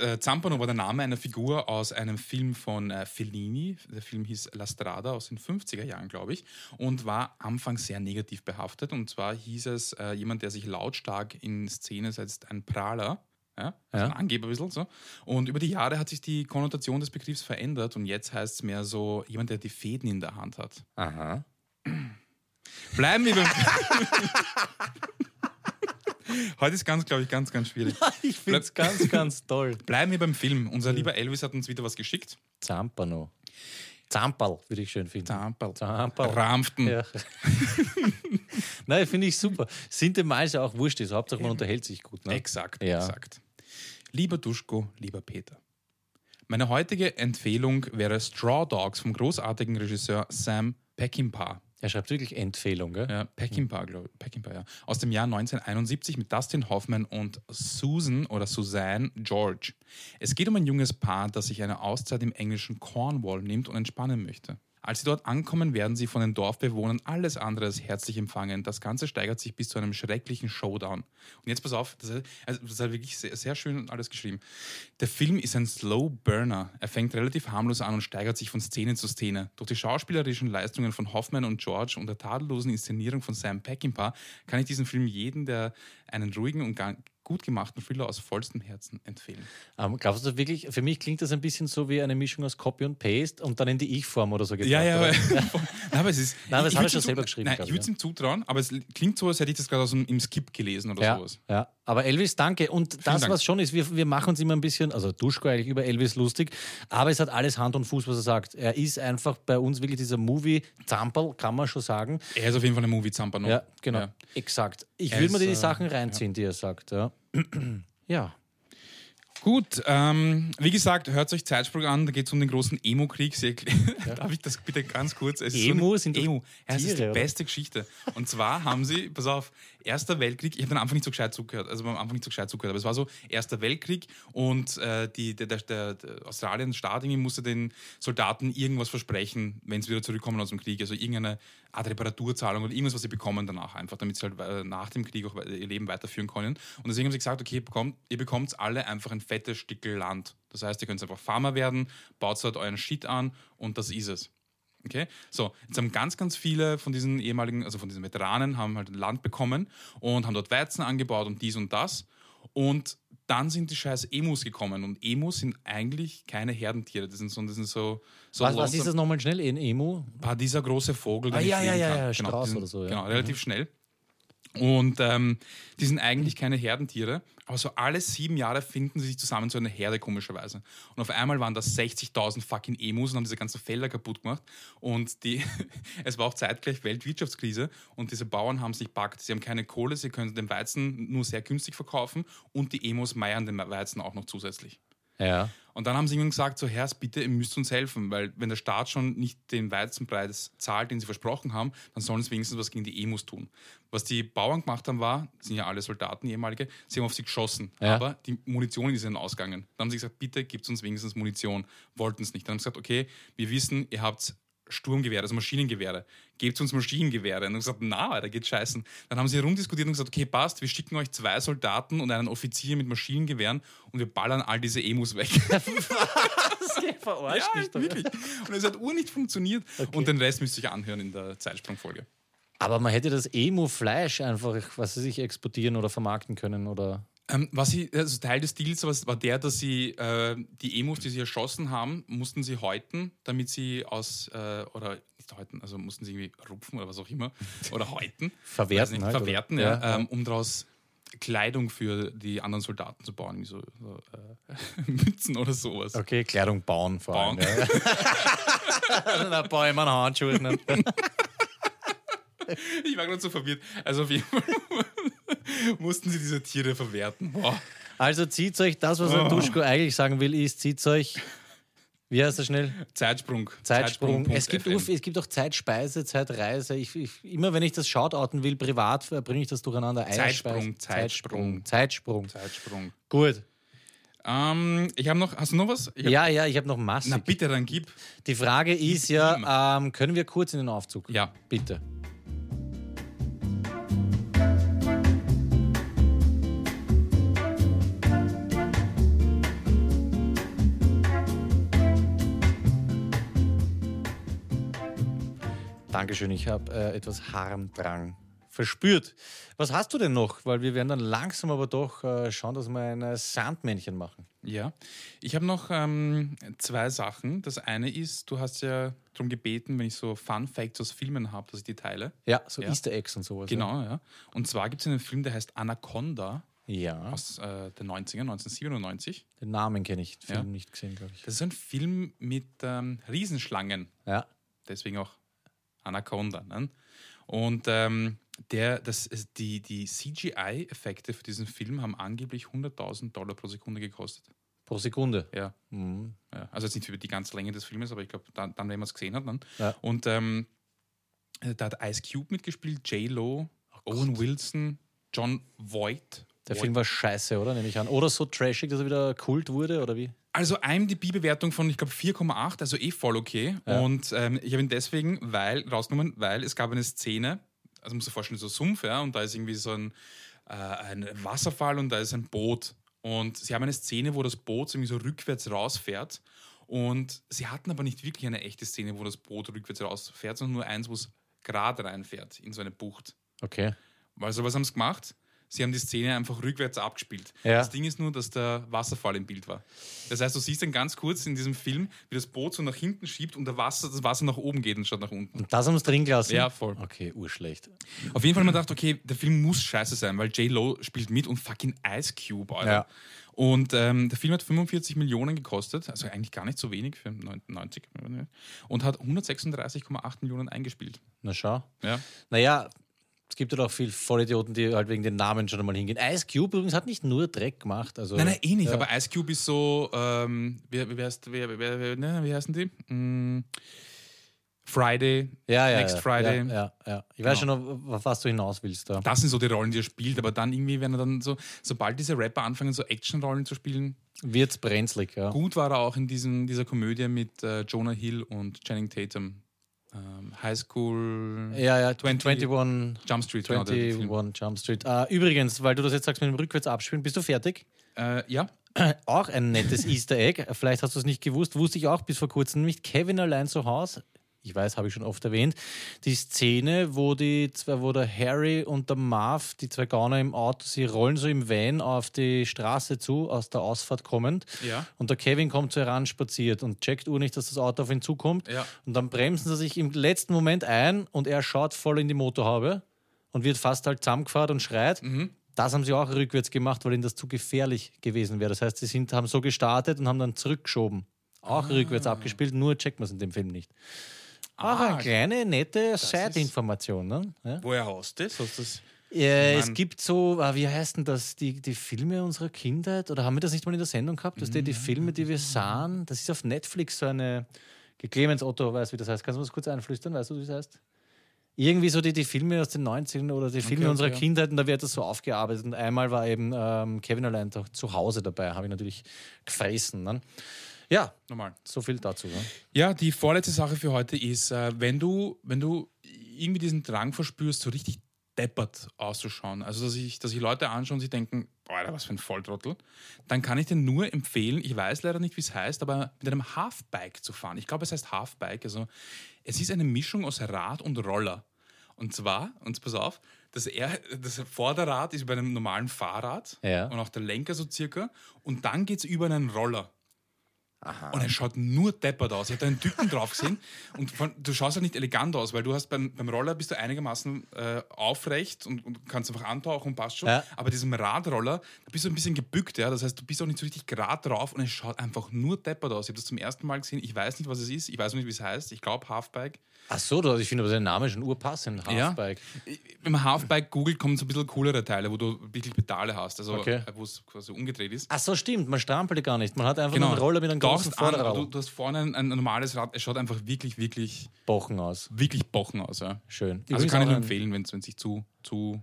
Speaker 3: äh, Zampano war der Name einer Figur aus einem Film von äh, Fellini. Der Film hieß La Strada aus den 50er Jahren, glaube ich, und war anfangs sehr negativ behaftet. Und zwar hieß es, äh, jemand, der sich lautstark in Szene setzt, ein Prahler. Ja,
Speaker 2: Ja.
Speaker 3: ja. Ein Angeber ein bisschen so. Und über die Jahre hat sich die Konnotation des Begriffs verändert und jetzt heißt es mehr so jemand, der die Fäden in der Hand hat.
Speaker 2: Aha.
Speaker 3: Bleiben wir beim. Heute ist ganz, glaube ich, ganz, ganz schwierig.
Speaker 2: Ich finde es ganz, ganz toll.
Speaker 3: Bleiben wir beim Film. Unser lieber Elvis hat uns wieder was geschickt.
Speaker 2: Zampano. Zampal würde ich schön finden.
Speaker 3: Zampal.
Speaker 2: Zampal.
Speaker 3: Rahmten.
Speaker 2: Ja. Nein, finde ich super. Sind dem Mals ja auch wurscht ist. Hauptsache man unterhält sich gut. Ne?
Speaker 3: Exakt,
Speaker 2: Ja.
Speaker 3: exakt. Lieber Duschko, lieber Peter. Meine heutige Empfehlung wäre Straw Dogs vom großartigen Regisseur Sam Peckinpah.
Speaker 2: Er schreibt wirklich Empfehlung, gell?
Speaker 3: Ja, Peckinpah, glaube ich. Peckinpah, ja. Aus dem Jahr 1971 mit Dustin Hoffman und Susan oder Suzanne George. Es geht um ein junges Paar, das sich eine Auszeit im englischen Cornwall nimmt und entspannen möchte. Als sie dort ankommen, werden sie von den Dorfbewohnern alles andere als herzlich empfangen. Das Ganze steigert sich bis zu einem schrecklichen Showdown. Und jetzt pass auf, das ist, also das ist wirklich sehr, sehr schön und alles geschrieben. Der Film ist ein Slow Burner. Er fängt relativ harmlos an und steigert sich von Szene zu Szene. Durch die schauspielerischen Leistungen von Hoffman und George und der tadellosen Inszenierung von Sam Peckinpah kann ich diesen Film jeden, der einen ruhigen und ga- gut gemachten Thriller aus vollstem Herzen empfehlen.
Speaker 2: Ähm, glaubst du wirklich, für mich klingt das ein bisschen so wie eine Mischung aus Copy und Paste und dann in die Ich-Form oder so gebracht.
Speaker 3: Ja, ja,
Speaker 2: oder?
Speaker 3: aber, nein, aber es ist.
Speaker 2: Nein, aber das
Speaker 3: ich
Speaker 2: hat er
Speaker 3: würd's
Speaker 2: schon
Speaker 3: ihm
Speaker 2: selber
Speaker 3: zutra-
Speaker 2: geschrieben,
Speaker 3: Nein,
Speaker 2: glaub
Speaker 3: ich
Speaker 2: ich,
Speaker 3: würde es ihm zutrauen, aber es klingt so, als hätte ich das gerade aus dem, im Skip gelesen oder
Speaker 2: Ja,
Speaker 3: sowas.
Speaker 2: ja, aber Elvis, danke. Und das,
Speaker 3: Dank.
Speaker 2: was schon ist, wir, wir machen uns immer ein bisschen, also Duschko eigentlich über Elvis lustig, aber es hat alles Hand und Fuß, was er sagt. Er ist einfach bei uns wirklich dieser Movie-Zampel, kann man schon sagen.
Speaker 3: Er ist auf jeden Fall eine Movie-Zampano.
Speaker 2: Ja, genau.
Speaker 3: Ja.
Speaker 2: Exakt. Ich
Speaker 3: Er
Speaker 2: will mir
Speaker 3: ist,
Speaker 2: die
Speaker 3: äh,
Speaker 2: Sachen reinziehen, die er sagt. Ja. ja.
Speaker 3: Gut, ähm, wie gesagt, hört euch Zeitsprung an, da geht es um den großen Emo-Krieg. Sehr kl- Darf ich das bitte ganz kurz? Es so
Speaker 2: Emo?
Speaker 3: eine-
Speaker 2: Sind das
Speaker 3: Emo. Ja, es ist die
Speaker 2: Tiere, oder?
Speaker 3: beste Geschichte. Und zwar haben sie, pass auf, Erster Weltkrieg, ich habe am Anfang nicht so gescheit zugehört, also am Anfang nicht so gescheit zugehört, aber es war so, Erster Weltkrieg und äh, die, der, der, der, der Australien-Staat irgendwie musste den Soldaten irgendwas versprechen, wenn sie wieder zurückkommen aus dem Krieg, also irgendeine Art Reparaturzahlung oder irgendwas, was sie bekommen danach einfach, damit sie halt äh, nach dem Krieg auch we- ihr Leben weiterführen können. Und deswegen haben sie gesagt, okay, ihr bekommt, ihr bekommt alle einfach ein fettes Stückel Land. Das heißt, ihr könnt einfach Farmer werden, baut dort euren Shit an und das ist es. Okay, so, jetzt haben ganz, ganz viele von diesen ehemaligen, also von diesen Veteranen, haben halt Land bekommen und haben dort Weizen angebaut und dies und das. Und dann sind die scheiß Emus gekommen und Emus sind eigentlich keine Herdentiere, das sind so, das sind so, so
Speaker 2: Was, was ist
Speaker 3: langsam-
Speaker 2: das nochmal schnell? In Emu?
Speaker 3: war dieser große Vogel,
Speaker 2: Ah,
Speaker 3: der nicht
Speaker 2: ja, ja,
Speaker 3: fliegen
Speaker 2: ja,
Speaker 3: kann.
Speaker 2: ja,
Speaker 3: genau,
Speaker 2: Strauß
Speaker 3: die sind-
Speaker 2: oder so, ja. Mhm.
Speaker 3: Genau, relativ schnell. Und ähm, die sind eigentlich keine Herdentiere, aber so alle sieben Jahre finden sie sich zusammen zu einer Herde, komischerweise. Und auf einmal waren das 60.000 fucking Emus und haben diese ganzen Felder kaputt gemacht. Und die, es war auch zeitgleich Weltwirtschaftskrise und diese Bauern haben sich packt. Sie haben keine Kohle, sie können den Weizen nur sehr günstig verkaufen und die Emus meiern den Weizen auch noch zusätzlich.
Speaker 2: Ja.
Speaker 3: Und dann haben sie irgendwann gesagt, so Herrs, bitte, ihr müsst uns helfen, weil wenn der Staat schon nicht den Weizenpreis zahlt, den sie versprochen haben, dann sollen sie wenigstens was gegen die Emus tun. Was die Bauern gemacht haben, war, das sind ja alle Soldaten, ehemalige, sie haben auf sie geschossen,
Speaker 2: Ja.
Speaker 3: aber die Munition ist ihnen ausgegangen. Dann haben sie gesagt, bitte gibt uns wenigstens Munition. Wollten es nicht. Dann haben sie gesagt, okay, wir wissen, ihr habt Sturmgewehre, also Maschinengewehre. Gebt uns Maschinengewehre. Und dann haben sie gesagt, na, da geht scheißen. Dann haben sie herumdiskutiert und gesagt, okay, passt, wir schicken euch zwei Soldaten und einen Offizier mit Maschinengewehren und wir ballern all diese Emus weg.
Speaker 2: Verarscht
Speaker 3: Ja, wirklich. Und es hat ur nicht funktioniert. Und den Rest müsst ihr euch anhören in der Zeitsprungfolge.
Speaker 2: Aber man hätte das Emu-Fleisch einfach, was sie sich exportieren oder vermarkten können oder.
Speaker 3: Ähm, was sie, also Teil des Deals war, war der, dass sie äh, die Emus, die sie erschossen haben, mussten sie häuten, damit sie aus, äh, oder nicht häuten, also mussten sie irgendwie rupfen oder was auch immer, oder häuten.
Speaker 2: Verwerten
Speaker 3: Weiß nicht,
Speaker 2: halt, oder?
Speaker 3: verwerten, ja,
Speaker 2: Ja, ja.
Speaker 3: Ähm, um daraus Kleidung für die anderen Soldaten zu bauen, irgendwie so, so äh, Mützen oder sowas.
Speaker 2: Okay, Kleidung bauen vor
Speaker 3: Bauen.
Speaker 2: allem. Ja. da baue ich mir Handschuhe. Ne?
Speaker 3: Ich war gerade so verwirrt. Also auf jeden Fall mussten sie diese Tiere verwerten. Boah.
Speaker 2: Also zieht euch, das, was der Duschko eigentlich sagen will, ist, zieht euch, wie heißt das schnell?
Speaker 3: Zeitsprung.
Speaker 2: Zeitsprung. Es gibt,
Speaker 3: Zeitsprung.fm.
Speaker 2: Uff, es gibt auch Zeitspeise, Zeitreise. Ich, ich, immer wenn ich das Shoutouten will, privat, äh, bringe ich das durcheinander. Eierspeise,
Speaker 3: Zeitsprung, Zeitsprung.
Speaker 2: Zeitsprung. Zeitsprung.
Speaker 3: Zeitsprung.
Speaker 2: Gut.
Speaker 3: Ähm, ich habe noch, hast du noch was? Ich hab,
Speaker 2: Ja, ja, ich habe noch massig.
Speaker 3: Na bitte, dann gib.
Speaker 2: Die Frage ist ja, ähm, können wir kurz in den Aufzug?
Speaker 3: Ja.
Speaker 2: Bitte. Dankeschön, ich habe äh, etwas Harmdrang verspürt. Was hast du denn noch? Weil wir werden dann langsam aber doch äh, schauen, dass wir ein äh, Sandmännchen machen.
Speaker 3: Ja. Ich habe noch ähm, zwei Sachen. Das eine ist, du hast ja darum gebeten, wenn ich so Fun Facts aus Filmen habe, dass ich die teile.
Speaker 2: Ja, so
Speaker 3: Ja.
Speaker 2: Easter Eggs und sowas. ne?
Speaker 3: Genau, ja. Und zwar gibt es einen Film, der heißt Anaconda
Speaker 2: Ja,
Speaker 3: aus äh, den 90ern, 1997.
Speaker 2: den Namen kenne ich, den
Speaker 3: Ja.
Speaker 2: Film nicht gesehen, glaube ich.
Speaker 3: Das ist ein Film mit ähm, Riesenschlangen.
Speaker 2: Ja.
Speaker 3: deswegen auch Anaconda. Ne? Und ähm, der, das, ist- die, die CGI-Effekte für diesen Film haben angeblich 100.000 Dollar pro Sekunde gekostet.
Speaker 2: Pro Sekunde.
Speaker 3: Ja.
Speaker 2: Mhm.
Speaker 3: ja. Also jetzt nicht über die ganze Länge des Filmes, aber ich glaube, dann, dann, wenn man es gesehen hat. Ne?
Speaker 2: Ja.
Speaker 3: Und ähm, da hat Ice Cube mitgespielt, J-Lo, Owen Wilson, John Voight.
Speaker 2: Oh Der
Speaker 3: Voight.
Speaker 2: Film war scheiße, oder? Nehme ich an. Oder so trashig, dass er wieder Kult wurde, oder wie?
Speaker 3: Also IMDb-Bewertung von, ich glaube, 4,8, also eh voll okay.
Speaker 2: Ja.
Speaker 3: Und ähm, ich habe ihn deswegen weil, rausgenommen, weil es gab eine Szene, also musst du dir vorstellen, so Sumpf, ja, und da ist irgendwie so ein, äh, ein Wasserfall und da ist ein Boot. Und sie haben eine Szene, wo das Boot irgendwie so rückwärts rausfährt. Und sie hatten aber nicht wirklich eine echte Szene, wo das Boot rückwärts rausfährt, sondern nur eins, wo es gerade reinfährt in so eine Bucht.
Speaker 2: Okay.
Speaker 3: Also was haben sie gemacht? sie haben die Szene einfach rückwärts abgespielt.
Speaker 2: Ja.
Speaker 3: Das Ding ist nur, dass der Wasserfall im Bild war. Das heißt, du siehst dann ganz kurz in diesem Film, wie das Boot so nach hinten schiebt und der Wasser, das Wasser nach oben geht anstatt nach unten.
Speaker 2: Und das haben sie drin gelassen?
Speaker 3: Ja, voll.
Speaker 2: Okay, urschlecht.
Speaker 3: Auf jeden Fall hat man gedacht, okay, der Film muss scheiße sein, weil J-Lo spielt mit und fucking Ice Cube, Alter.
Speaker 2: Ja.
Speaker 3: Und ähm, der Film hat 45 Millionen gekostet, also eigentlich gar nicht so wenig für 90 und hat 136,8 Millionen eingespielt.
Speaker 2: Na schau.
Speaker 3: Ja.
Speaker 2: Naja, es gibt ja auch viel Vollidioten, die halt wegen den Namen schon einmal hingehen. Ice Cube übrigens hat nicht nur Dreck gemacht. Also,
Speaker 3: Nein, nein, eh nicht.
Speaker 2: Ja.
Speaker 3: Aber Ice Cube ist so, ähm, wer, wer, heißt, wer, wer, wer, ne, wie heißen die? Mm, Friday,
Speaker 2: ja, ja,
Speaker 3: Next
Speaker 2: ja,
Speaker 3: Friday. Genau.
Speaker 2: Ja, ja, ja. Ich weiß schon, auf was du hinaus willst da.
Speaker 3: Das sind so die Rollen, die er spielt, aber dann irgendwie, wenn er dann so, sobald diese Rapper anfangen, so Actionrollen zu spielen,
Speaker 2: Wird's brenzlig, ja.
Speaker 3: Gut war er auch in diesem, dieser Komödie mit äh, Jonah Hill und Channing Tatum. Ähm, High School
Speaker 2: Ja, ja,
Speaker 3: 20
Speaker 2: 21,
Speaker 3: Jump Street. genau, der Film.
Speaker 2: 21 Jump Street. Ah, übrigens, weil du das jetzt sagst mit dem Rückwärts abspielen, bist du fertig?
Speaker 3: Äh, ja,
Speaker 2: Auch ein nettes Easter Egg. Vielleicht hast du es nicht gewusst, wusste ich auch bis vor kurzem nicht. Kevin allein zu Hause. Ich weiß, habe ich schon oft erwähnt. Die Szene, wo die zwei, wo der Harry und der Marv, die zwei Gauner im Auto, sie rollen so im Van auf die Straße zu, aus der Ausfahrt kommend.
Speaker 3: Ja.
Speaker 2: Und der Kevin kommt so heran spaziert und checkt ur nicht, dass das Auto auf ihn zukommt.
Speaker 3: Ja.
Speaker 2: Und dann bremsen sie sich im letzten Moment ein und er schaut voll in die Motorhaube und wird fast halt zusammengefahren und schreit. Das haben sie auch rückwärts gemacht, weil ihnen das zu gefährlich gewesen wäre. Das heißt, sie sind, haben so gestartet und haben dann zurückgeschoben. Auch rückwärts abgespielt, nur checkt man es in dem Film nicht. Auch
Speaker 3: Ah,
Speaker 2: eine kleine, nette Side-Information. Ne? Ja.
Speaker 3: woher hast du das? Hast du das?
Speaker 2: Äh, es
Speaker 3: Mann.
Speaker 2: gibt so, ah, wie heißt denn das, die, die Filme unserer Kindheit? Oder haben wir das nicht mal in der Sendung gehabt? Das die,
Speaker 3: Mhm.
Speaker 2: die Filme, die wir sahen, das ist auf Netflix so eine. Clemens Otto weiß, wie das heißt. Kannst du mir das kurz einflüstern? Weißt du, wie das heißt? Irgendwie so die, die Filme aus den 90ern oder die Filme
Speaker 3: okay,
Speaker 2: unserer
Speaker 3: ja.
Speaker 2: Kindheit und da wird das so aufgearbeitet. Und einmal war eben ähm, Kevin allein doch zu Hause dabei, habe ich natürlich gefressen. Ne? Ja,
Speaker 3: Normal.
Speaker 2: so viel dazu. Ne?
Speaker 3: Ja, die vorletzte Sache für heute ist, äh, wenn, du, wenn du irgendwie diesen Drang verspürst, so richtig deppert auszuschauen, also dass ich, dass ich Leute anschaue und sie denken, boah, Alter, was für ein Volltrottel, dann kann ich dir nur empfehlen, ich weiß leider nicht, wie es heißt, aber mit einem Halfbike zu fahren. Ich glaube, es heißt Halfbike. Also es ist eine Mischung aus Rad und Roller. Und zwar, und pass auf, das, er, das Vorderrad ist bei einem normalen Fahrrad
Speaker 2: Ja.
Speaker 3: und auch der Lenker so circa. Und dann geht es über einen Roller. Und er schaut nur deppert aus. Ich habe da einen Typen drauf gesehen und vor allem, du schaust halt nicht elegant aus, weil du hast beim, beim Roller bist du einigermaßen äh, aufrecht und, und kannst einfach antauchen und passt schon.
Speaker 2: Ja.
Speaker 3: Aber diesem Radroller, da bist du ein bisschen gebückt, ja. Das heißt, du bist auch nicht so richtig gerade drauf und es schaut einfach nur deppert aus. Ich habe das zum ersten Mal gesehen. Ich weiß nicht, was es ist. Ich weiß auch nicht, wie es heißt. Ich glaube Halfbike.
Speaker 2: Ach so, du- ich finde aber den Namen schon urpassend.
Speaker 3: Ja.
Speaker 2: Halfbike.
Speaker 3: Wenn man Halfbike googelt, kommen so ein bisschen coolere Teile, wo du wirklich Pedale hast, also
Speaker 2: Okay.
Speaker 3: wo es quasi umgedreht ist.
Speaker 2: Ach so, stimmt, man strampelte gar nicht. Man hat einfach
Speaker 3: Genau.
Speaker 2: nur einen Roller mit einem großen
Speaker 3: Tauchst an, aber
Speaker 2: Vorderrad.
Speaker 3: du, du hast vorne ein, ein normales Rad. Es schaut einfach wirklich, wirklich,
Speaker 2: Bochen aus.
Speaker 3: wirklich bochen aus. Ja.
Speaker 2: Schön.
Speaker 3: Also
Speaker 2: Übrigens
Speaker 3: kann ich
Speaker 2: auch
Speaker 3: nur
Speaker 2: ein-
Speaker 3: empfehlen, wenn es sich zu, zu, zu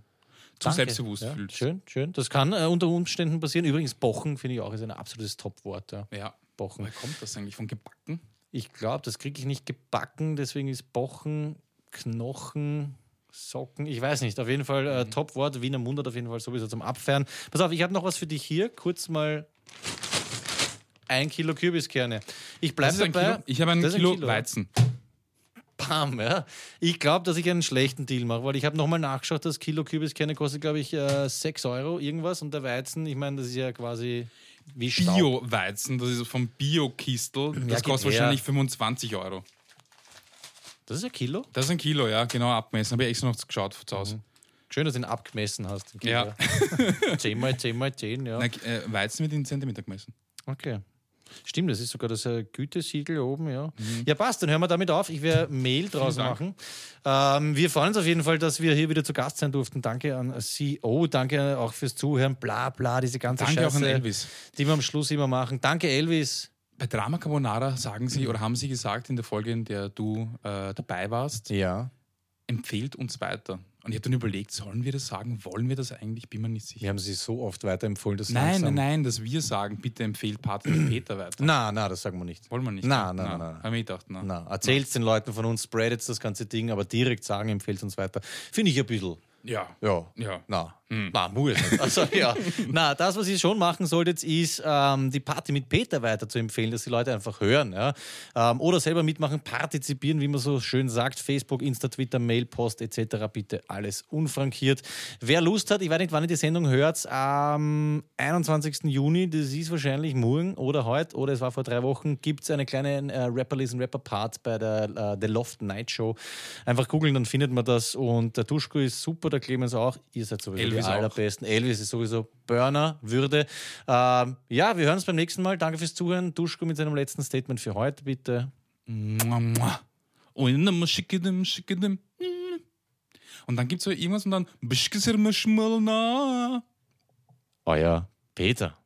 Speaker 2: Danke.
Speaker 3: selbstbewusst
Speaker 2: ja,
Speaker 3: fühlt.
Speaker 2: Schön, schön. Das kann äh, unter Umständen passieren. Übrigens, Bochen finde ich auch ist ein absolutes Top-Wort. Ja.
Speaker 3: Ja. Oh
Speaker 2: Bochen.
Speaker 3: Woher kommt das eigentlich? Von gebacken?
Speaker 2: Ich glaube, das kriege ich nicht gebacken, deswegen ist Bochen, Knochen, Socken, ich weiß nicht. Auf jeden Fall äh,
Speaker 3: Mhm.
Speaker 2: Top-Wort. Wiener Mundart auf jeden Fall sowieso zum Abfern. Pass auf, ich habe noch was für dich hier. Kurz mal ein Kilo Kürbiskerne. Ich
Speaker 3: Das
Speaker 2: bleibe
Speaker 3: ist ein
Speaker 2: dabei.
Speaker 3: Kilo, ich habe ein
Speaker 2: Das
Speaker 3: Kilo,
Speaker 2: ist ein Kilo.
Speaker 3: Weizen.
Speaker 2: Bam, ja. Ich glaube, dass ich einen schlechten Deal mache, weil ich habe nochmal nachgeschaut, das Kilo Kürbiskerne kostet, glaube ich, äh, 6 Euro irgendwas und der Weizen, ich meine, das ist ja quasi wie Staub.
Speaker 3: Bio-Weizen, das ist vom Bio-Kistel. Das
Speaker 2: geht
Speaker 3: kostet
Speaker 2: her.
Speaker 3: wahrscheinlich 25 Euro.
Speaker 2: Das ist ein Kilo?
Speaker 3: Das ist ein Kilo, ja, genau abgemessen. Habe ich extra noch geschaut zu Hause.
Speaker 2: Mhm, Schön, dass du ihn abgemessen hast. den Kilo.
Speaker 3: Ja.
Speaker 2: 10 mal 10 mal 10, ja.
Speaker 3: Nein, äh, Weizen wird in Zentimeter gemessen.
Speaker 2: Okay. Stimmt, das ist sogar das äh, Gütesiegel oben, ja. Ja, passt, dann hören wir damit auf. Ich werde Mail draus machen. Ähm, wir freuen uns auf jeden Fall, dass wir hier wieder zu Gast sein durften. Danke an CEO, danke auch fürs Zuhören, bla bla, diese ganze
Speaker 3: Danke auch
Speaker 2: Scheiße,
Speaker 3: an Elvis.
Speaker 2: die wir am Schluss immer machen. Danke, Elvis.
Speaker 3: Bei Drama Carbonara sagen
Speaker 2: Mhm.
Speaker 3: sie oder haben sie gesagt in der Folge, in der du äh, dabei warst,
Speaker 2: Ja.
Speaker 3: empfehlt uns weiter. Und ich habe dann überlegt, sollen wir das sagen? Wollen wir das eigentlich? Bin mir nicht sicher.
Speaker 2: Wir haben sie so oft weiterempfohlen, dass
Speaker 3: Nein,
Speaker 2: langsam-
Speaker 3: nein, nein, dass wir sagen, bitte empfehlt Patrick Peter weiter.
Speaker 2: Na, na, das sagen wir nicht.
Speaker 3: Wollen wir nicht.
Speaker 2: Na,
Speaker 3: ne?
Speaker 2: na, na, na.
Speaker 3: Hab ich gedacht, na.
Speaker 2: Na, erzählt's den Leuten von uns, spreadet das ganze Ding, aber direkt sagen, empfehlt uns weiter. Finde ich ein bisschen.
Speaker 3: Ja.
Speaker 2: Ja.
Speaker 3: Ja.
Speaker 2: Na, Na, muss nicht. Also, ja. Na, das, was ihr schon machen solltet, ist, ähm, die Party mit Peter weiter zu empfehlen, dass die Leute einfach hören. Ja? Ähm, oder selber mitmachen, partizipieren, wie man so schön sagt. Facebook, Insta, Twitter, Mail, Post etc. Bitte alles unfrankiert. Wer Lust hat, ich weiß nicht, wann ihr die Sendung hört, am 21. Juni, das ist wahrscheinlich morgen oder heute oder es war vor drei Wochen, gibt es eine kleine äh, Rapper-Listen, Rapper-Part bei der äh, The Loft Night Show. Einfach googeln, dann findet man das. Und der Tuschko ist super, der Clemens auch. Ihr seid sowieso
Speaker 3: Elvis
Speaker 2: die
Speaker 3: auch.
Speaker 2: allerbesten. Elvis ist sowieso Burner, Würde. Ähm, ja, wir hören uns beim nächsten Mal. Danke fürs Zuhören. Tuschko mit seinem letzten Statement für heute, bitte.
Speaker 3: Mua, mua. Oh, in dem Schickedem, Schickedem. Und dann gibt es so irgendwas und dann. Bischkesirme Schmolna.
Speaker 2: Euer Peter.